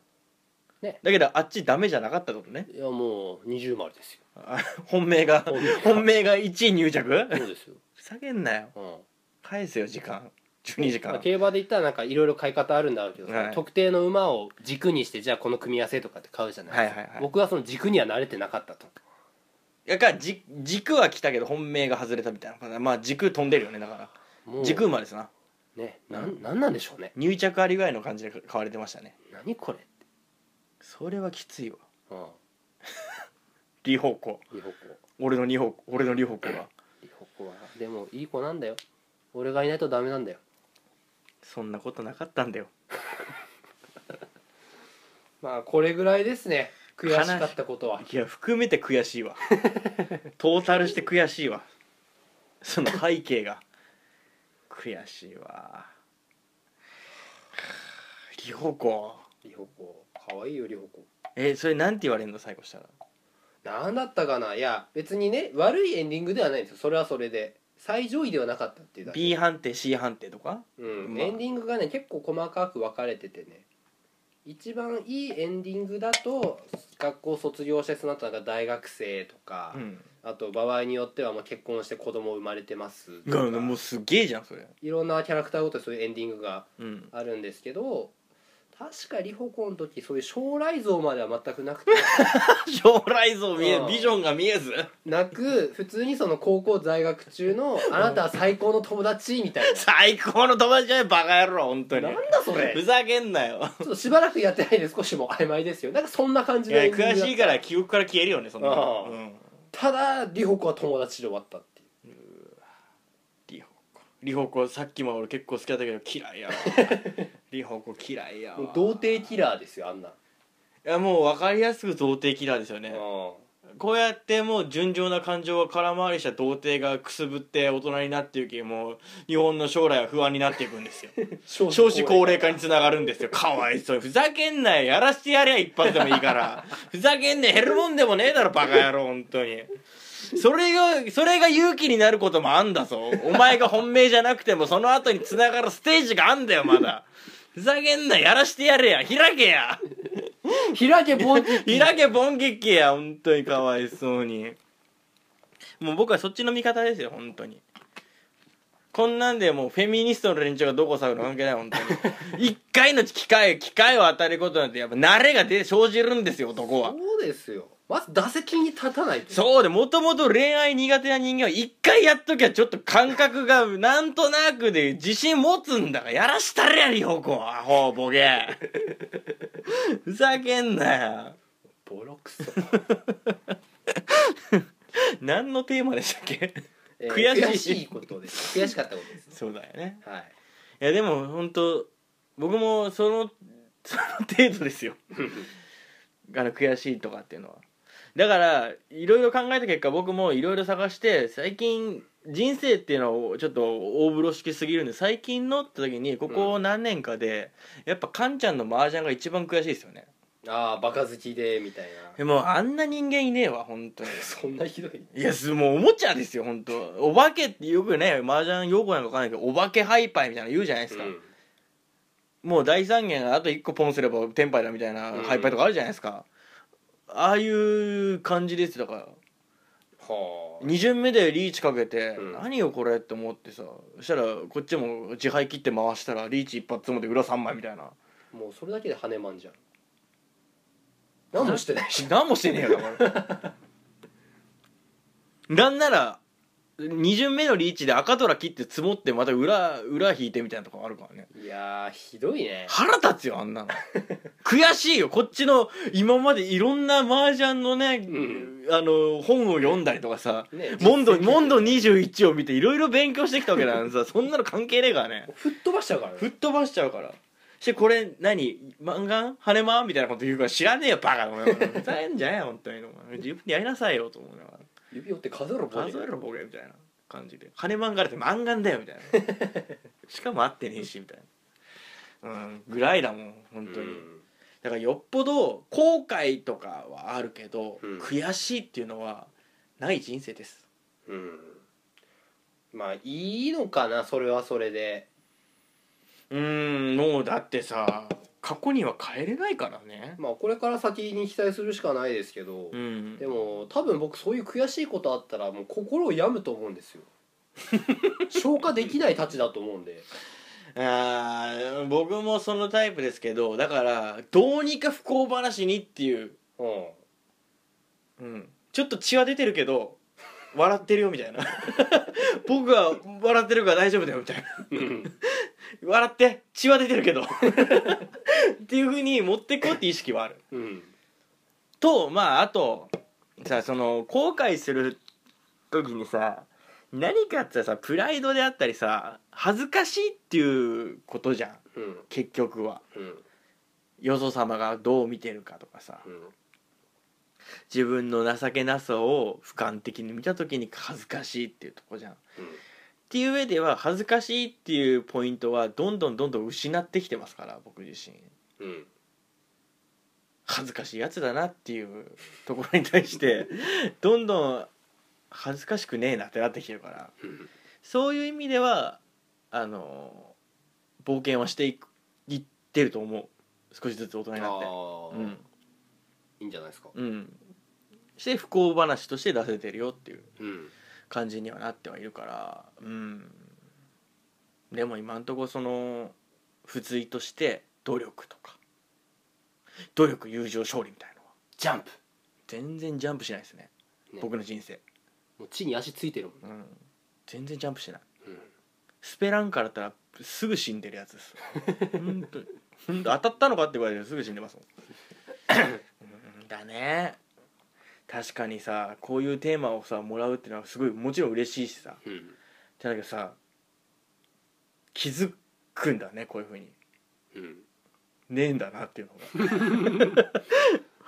ねだけどあっちダメじゃなかったってことねいやもう二重丸 *laughs* ですよあ本命が本命本命が1位入着そうですよ、ふざけんなようん返せよ時間12時まあ、間競馬で言ったらなんかいろいろ買い方あるんだろうけどさ、はい特定の馬を軸にしてじゃあこの組み合わせとかって買うじゃないですか、はいはいはい僕はその軸には慣れてなかったとだからじ軸は来たけど本命が外れたみたいなのかなまあ軸飛んでるよねだからもう軸馬ですなねなんなんなんでしょうね入着ありぐらいの感じで買われてましたね何これって、それはきついわうん、リホコリホコ俺のリホコ俺のリホコがリホコはでもいい子なんだよ俺がいないとダメなんだよそんなことなかったんだよまあこれぐらいですね悔しかったことはいや含めて悔 *laughs* しいわトータルして悔しいわその背景が悔しいわリホコリホコかわいいよリホコえそれなんて言われんの最後したらなんだったかないや別にね悪いエンディングではないんですよそれはそれで最上位ではなかったっていうだけ B 判定 C 判定とかうんまあエンディングがね結構細かく分かれててね一番いいエンディングだと学校卒業してその後なんか大学生とか、うんあと場合によってはもう結婚して子供生まれてますとかがもうすげえじゃんそれいろんなキャラクターごとにそういうエンディングがうんあるんですけど確かリホコの時そういう将来像までは全くなくて *laughs* 将来像見えうんビジョンが見えずなく普通にその高校在学中の「あなたは最高の友達」みたい *laughs* な最高の友達だよバカ野郎本当になんだそれふざけんなよちょっとしばらくやってないんで少しも曖昧ですよなんかそんな感いじのやエンディングだ悔ったしいから記憶から消えるよねそんなのああうんただリホコは友達で終わったっていうリホコリホコさっきも俺結構好きだったけど *laughs* 嫌いやわリホコ嫌いやもうわ童貞キラーですよあんなんいやもう分かりやすく童貞キラーですよねうこうやってもう純情な感情が空回りした童貞がくすぶって大人になっていきもう日本の将来は不安になっていくんですよん少少子高 *laughs* 齢化につながるんですよかわいそうにふざけんなよやらしてやりゃ一発でもいいから *laughs* ふざけんなよ減るもんでもねえだろバカ野郎本当にそれがそれが勇気になることもあんだぞお前が本命じゃなくてもその後につながるステージがあんだよまだふざけんなやらしてやれや開けや開けぼん *laughs* 開けボンキッキや本当にかわいそうにもう僕はそっちの味方ですよ本当にこんなんでもうフェミニストの連中がどこ探る関係ない本当に一回の機会機会を与えることなんてやっぱ慣れが出生じるんですよ男はそうですよまず打席に立たないとそうでもともと恋愛苦手な人間は一回やっときゃちょっと感覚がなんとなくで自信持つんだからやらしたれやりほこアホボケふざけんなよボロ *laughs* クソ、何のテーマでしたっけえー悔しい悔しいことです悔しかったことですそうだよねはいいやでも本当僕もその *laughs* その程度ですよあの悔しいとかっていうのはだからいろいろ考えた結果僕もいろいろ探して最近人生っていうのをちょっと大風呂敷すぎるんで最近のって時にここ何年かで、やっぱカンちゃんの麻雀が一番悔しいですよね *laughs* ああバカ好きでみたいでもあんな人間いねえわ本当にな *laughs* そんなひどいいやすもうおもちゃですよ本当お化けってよくね麻雀用語なんかわかんないけどお化けハイパイみたいなの言うじゃないですか、うんもう第三元あと1個ポンすればテンパイだみたいなうんハイパイとかあるじゃないですか、ああいう感じですよだからは2巡目でリーチかけて、うん何よこれって思ってさそしたらこっちも自敗切って回したらリーチ一発もで裏3枚みたいなあもうそれだけで跳ねまんじゃん何もしてないし何もしてねえよだから *laughs* なんなら2巡目のリーチで赤虎切って積もってまた裏裏引いてみたいなとこあるからねいやーひどいね腹立つよあんなの悔しいよこっちの今までいろんな麻雀のね、んあの本を読んだりとかさねモンドモンド21を見ていろいろ勉強してきたわけだからさ *laughs* そんなの関係ねえからね吹っ飛ばしちゃうからね吹っ飛ばしちゃうからしてこれ何漫画跳ねまみたいなこと言うから知らねえよバカお前ふざけんじゃねえよ本当に自分でやりなさいよと思うながら指折って数えろボケ数えろボケみたいな感じで「羽漫画って漫画だよ」みたいなしかも合ってねえしみたいなうんぐらいだもん本当に、うんだからよっぽど後悔とかはあるけど、うん悔しいっていうのはない人生ですうんまあいいのかなそれはそれでうーんもうだってさ過去には変えれないからねまあこれから先に期待するしかないですけど、うんでも多分僕そういう悔しいことあったらもう心を病むと思うん *laughs* ですよ消化できないたちだと思うんであー僕もそのタイプですけどだからどうにか不幸話にっていう、うんうん、ちょっと血は出てるけど笑ってるよみたいな *laughs* 僕は笑ってるから大丈夫だよみたいな笑って血は出てるけど *laughs* っていうふうに持ってこうって意識はあるうんとまああとさその後悔する時にさ何かってさプライドであったりさ恥ずかしいっていうことじゃんうん結局はうんよそ様がどう見てるかとかさうん自分の情けなさを俯瞰的に見た時に恥ずかしいっていうとこじゃん。っていう上では恥ずかしいっていうポイントはどんどんどんどん失ってきてますから僕自身うん恥ずかしいやつだなっていうところに対してどんどん恥ずかしくねえなってなってきてるからうんそういう意味ではあの冒険はしていくいってると思う少しずつ大人になってああ、うんいいんじゃないですかうんして不幸話として出せてるよっていううん感じにはなってはいるからうんでも今んとこその付随として努力とか努力友情勝利みたいなのはジャンプ全然ジャンプしないですねね僕の人生、もう地に足ついてるもんうん、全然ジャンプしないうんスペランカだったらすぐ死んでるやつです本当に本当当たったのかって言われるすぐ死んでますもんうんだね確かにさこういうテーマをさもらうっていうのはすごいもちろん嬉しいしさうんじゃなきゃさ気づくんだねこういうふうにうんねえんだなっていうのが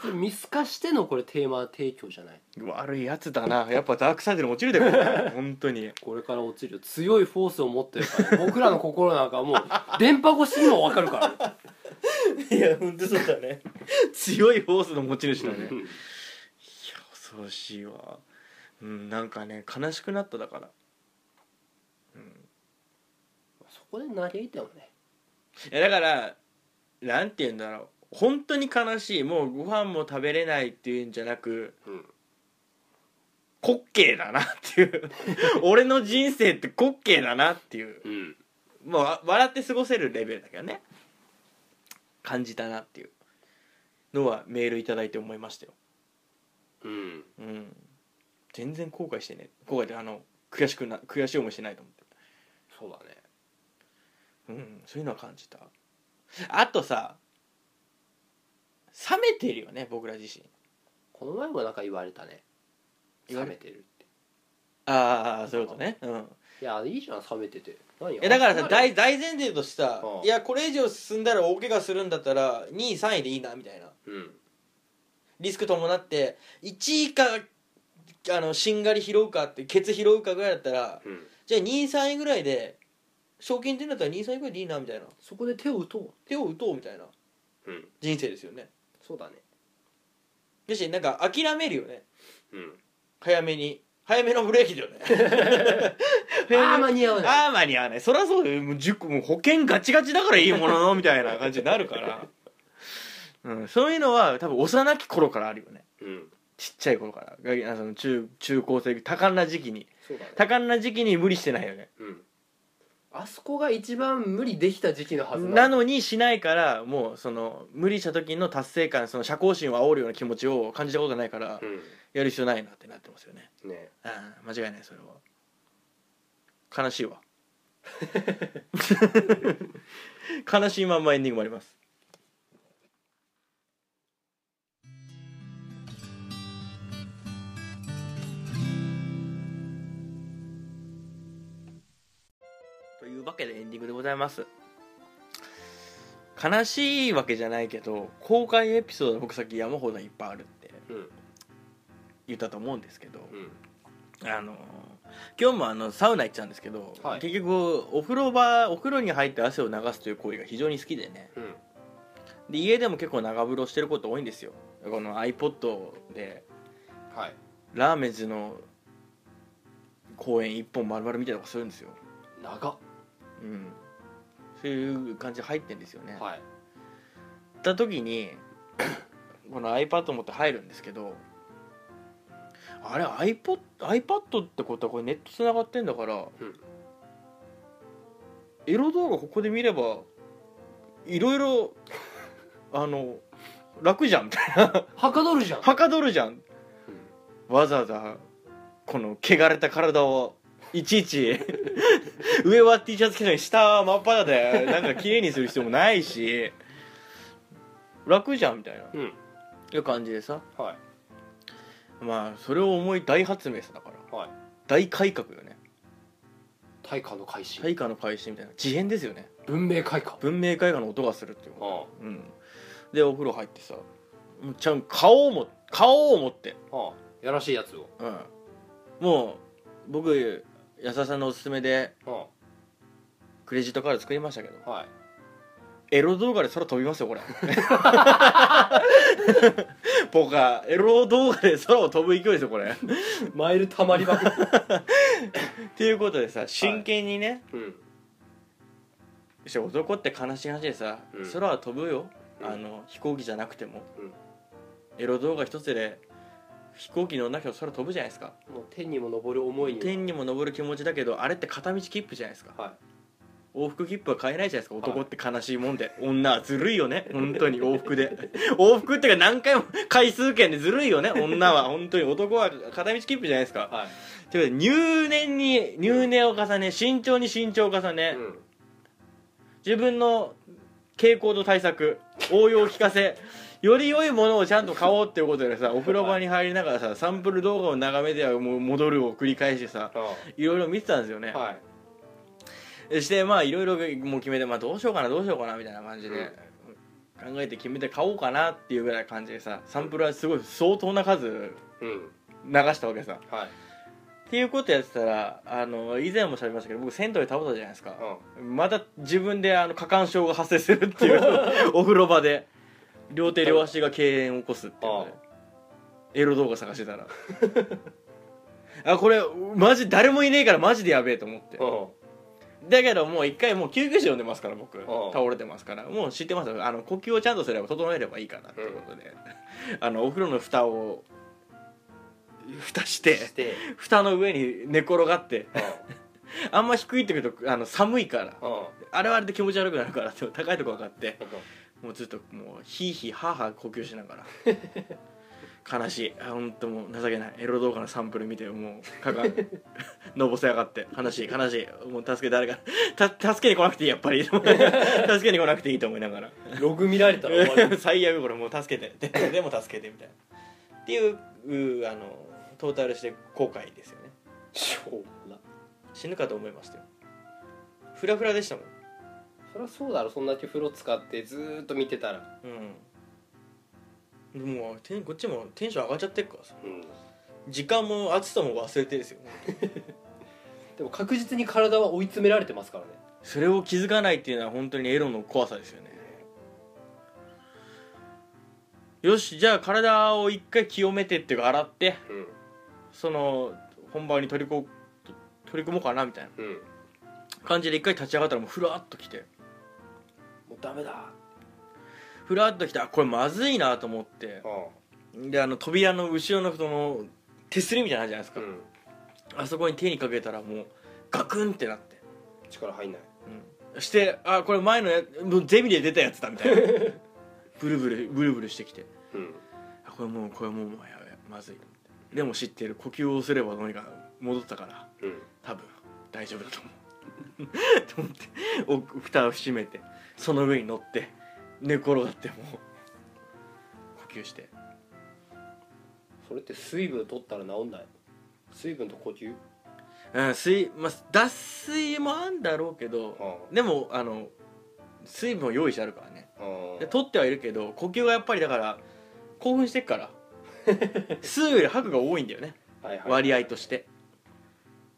それ見透かしてのこれテーマ提供じゃない悪いやつだなやっぱダークサイドに落ちるでこれ本当にこれから落ちるよ強いフォースを持ってる *laughs* から僕らの心なんかもう電波越しにも分かるからいや本当そうだね *laughs* 強いフォースの持ち主だねいや恐ろしいわうんなんかね悲しくなっただからうんそこで嘆いてもねいやだからなんて言うんだろう本当に悲しいもうご飯も食べれないっていうんじゃなくうん滑稽だなっていう *laughs* 俺の人生って滑稽だなっていううんもうわ笑って過ごせるレベルだけどね感じたなっていうのはメールいただいて思いましたようんうん全然後悔してね後悔ってあの悔しくな悔しい思いしてないと思そうだねってうんそういうのは感じたあとさ冷めてるよね僕ら自身この前もなんか言われたね言わ冷れめてるってああそういうことねうんいやいいじゃん冷めてて何いやだからあさ冷め大大前提としてさ、うんいやこれ以上進んだら大怪我するんだったら2位3位でいいなみたいなうんリスク伴って1位かあのしんがり拾うかってケツ拾うかぐらいだったらうんじゃあ2位3位ぐらいで賞金ってなったら2位3位ぐらいでいいなみたいなそこで手を打とう手を打とうみたいなうん人生ですよねそうだねだしなんか諦めるよねうん早めに早めのブレーキだよ *laughs* ねああ間に合わないああ間に合わないそりゃそうだよもう塾もう保険ガチガチだからいいもののみたいな感じになるから、 *laughs* うん、そういうのは多分幼き頃からあるよねうんちっちゃい頃からがあその中中高生多感な時期にそうだね多感な時期に無理してないよねうんあそこが一番無理できた時期のはずなののにしないからもうその無理した時の達成感その社交心を煽るような気持ちを感じたことないから、うやる必要ないなってなってますよねんねうん間違いないそれは悲しいわ *laughs* 悲しいまんまエンディングもありますというわけでエンディングでございます悲しいわけじゃないけど公開エピソード僕さっき山ほどいっぱいあるってうん言ったと思うんですけど、うんあの今日もあのサウナ行っちゃうんですけど、はい結局お風呂場お風呂に入って汗を流すという行為が非常に好きでねうんで家でも結構長風呂してること多いんですよこの iPod ではいラーメンズの公演一本丸々見たりとかするんですよ長っうんそういう感じで入ってんですよね、行っはいた *coughs* 時にこの iPad 持って入るんですけどあれ iPod, iPad ってことはこれネットつながってんだからうんエロ動画ここで見ればいろいろあの楽じゃんみたいなはかどるじゃんはかどるじゃんうんわざわざこの汚れた体をいちいち *laughs* 上は T シャツ着てない下は真っ裸でなんか綺麗にする必要もないし楽じゃんみたいなうんいう感じでさはいまあそれを思い大発明さだから、はい大改革よね大化の開始大化の改新みたいな事変ですよね文明開化文明開化の音がするっていうことあうん、でお風呂入ってさもうちゃん顔をも顔を持って、あああやらしいやつをうん、もう僕安田さんのおすすめであクレジットカード作りましたけどあはいエロ動画で空飛びますよこれ *laughs* 僕はエロ動画で空を飛ぶ勢いですよこれっ *laughs* マイルたまりまくってていうことでさ真剣にね、うんそして男って悲しい話でさ、うん空は飛ぶよ、うんあの飛行機じゃなくても、うんエロ動画一つで飛行機乗んなきゃ空飛ぶじゃないですかもう天にも昇る思いに天にも昇る気持ちだけどあれって片道切符じゃないですかは往復切符は買えないじゃないですか男って悲しいもんで、女はずるいよね本当に往復で往復っていうか何回も回数券でずるいよね女は本当に男は片道切符じゃないですいかはということで入念に入念を重ね慎重に慎重を重いね、うん自分の傾向と対策応用を聞かせより良いものをちゃんと買おうっていうことでさお風呂場に入りながらさサンプル動画を眺めてはもう戻るを繰り返してさあいろいろ見てたんですよね、あはいしてまあいろいろもう決めて、まあ、どうしようかなどうしようかなみたいな感じで、考えて決めて買おうかなっていうぐらいな感じでさサンプルはすごい相当な数うん流したわけさはいっていうことやってたらあの以前も喋りましたけど僕銭湯で倒れたじゃないですか、また自分であの過干渉が発生するっていう *laughs* お風呂場で両手両足が敬遠を起こすっていうのであエロ動画探してたらあこれマジ誰もいねえからマジでやべえと思ってうだけどもう一回もう救急車呼んでますから僕あ倒れてますからもう知ってますよあの呼吸をちゃんとすれば整えればいいからってことで、 *laughs* あのお風呂の蓋を蓋してんして蓋の上に寝転がって *laughs* あんま低いってくるとあの寒いからうんうんあれはあれで気持ち悪くなるからって高いとこ上がってもうずっともうヒーヒーハーハー呼吸しながら悲しいあ本当もう情けないエロ動画のサンプル見てもうかか *laughs* のぼせ上がって悲しい悲しいもう助け誰かた助けに来なくていいやっぱり *laughs* 助けに来なくていいと思いながらログ見られたら終わり最悪これもう *laughs* 助けてででも助けてみたいなっていううあのトータルして後悔ですよねしょうもな死ぬかと思いましたよフラフラでしたもんそりゃそうだろそんだけ風呂使ってずーっと見てたらうんでもてんこっちもテンション上がっちゃってるからさうん時間も暑さも忘れてですよでも確実に体は追い詰められてますからねそれを気づかないっていうのは本当にエロの怖さですよねよしじゃあ体を一回清めてっていうか洗ってうんその本番に取りこ取り組もうかなみたいなうん感じで一回立ち上がったらもうふらっと来てもうダメだふらっと来てあこれまずいなと思ってであの扉の後ろのその手すりみたいなのあるじゃないですうか、んあそこに手にかけたらもうガクンってなって力入んないしてあこれ前のやもうゼミで出たやつだみたいなブルブルブルブルしてきてうんあこれもうこれもうやべまずいでも知ってる呼吸をすればどうにか戻ったからうん多分大丈夫だと思うと思ってお蓋を閉めてその上に乗って寝転がってもう呼吸してそれって水分取ったら治んない水分と呼吸うん水、まあ、脱水もあんだろうけどうでもあの水分を用意してあるからねんで取ってはいるけど呼吸がやっぱりだから興奮してっから *laughs* 吸うより吐くが多いんだよねはいはい割合として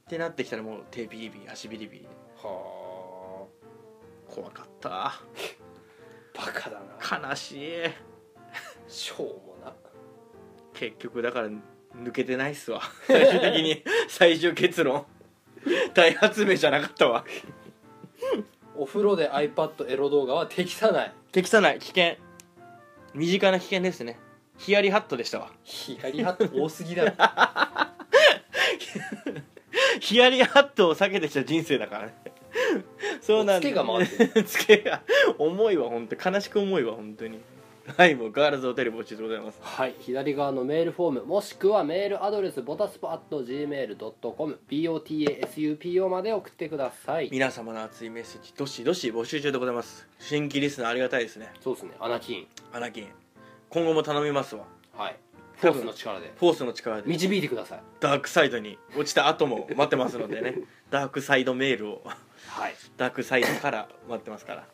ってなってきたらもう手ビリビリ足ビリビリは怖かったあバカだ *laughs* な悲しいしょうもな結局だから抜けてないっすわ最終的 *laughs* に最終結論大発明じゃなかったわお風呂で iPad エロ動画は適さ *laughs* ない *laughs* 適さない危険身近な危険ですねヒヤリハットでしたわヒヤリハット多すぎだろヒヤリハットを避けてきた人生だからね *laughs* そうなんツケが回ってて *laughs* つけが重いわ本当悲しく重いわ本当にはいもうガールズホテル募集でございますはい左側のメールフォームもしくはメールアドレスボタスポ at gmail.com botasupo まで送ってください皆様の熱いメッセージどしどし募集中でございます新規リスナーありがたいですねそうですねアナキンアナキン今後も頼みますわはいフォースの力でフォースの力で導いてくださいダークサイドに落ちた後も待ってますので *laughs* ねダークサイドメールをはいダークサイドから待ってますから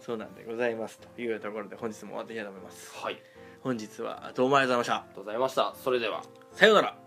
そうなんでございますというところで本日も終わっていきたいと思いますはいあり本日はどうもありがとうございましたがとうございましたそれではさようなら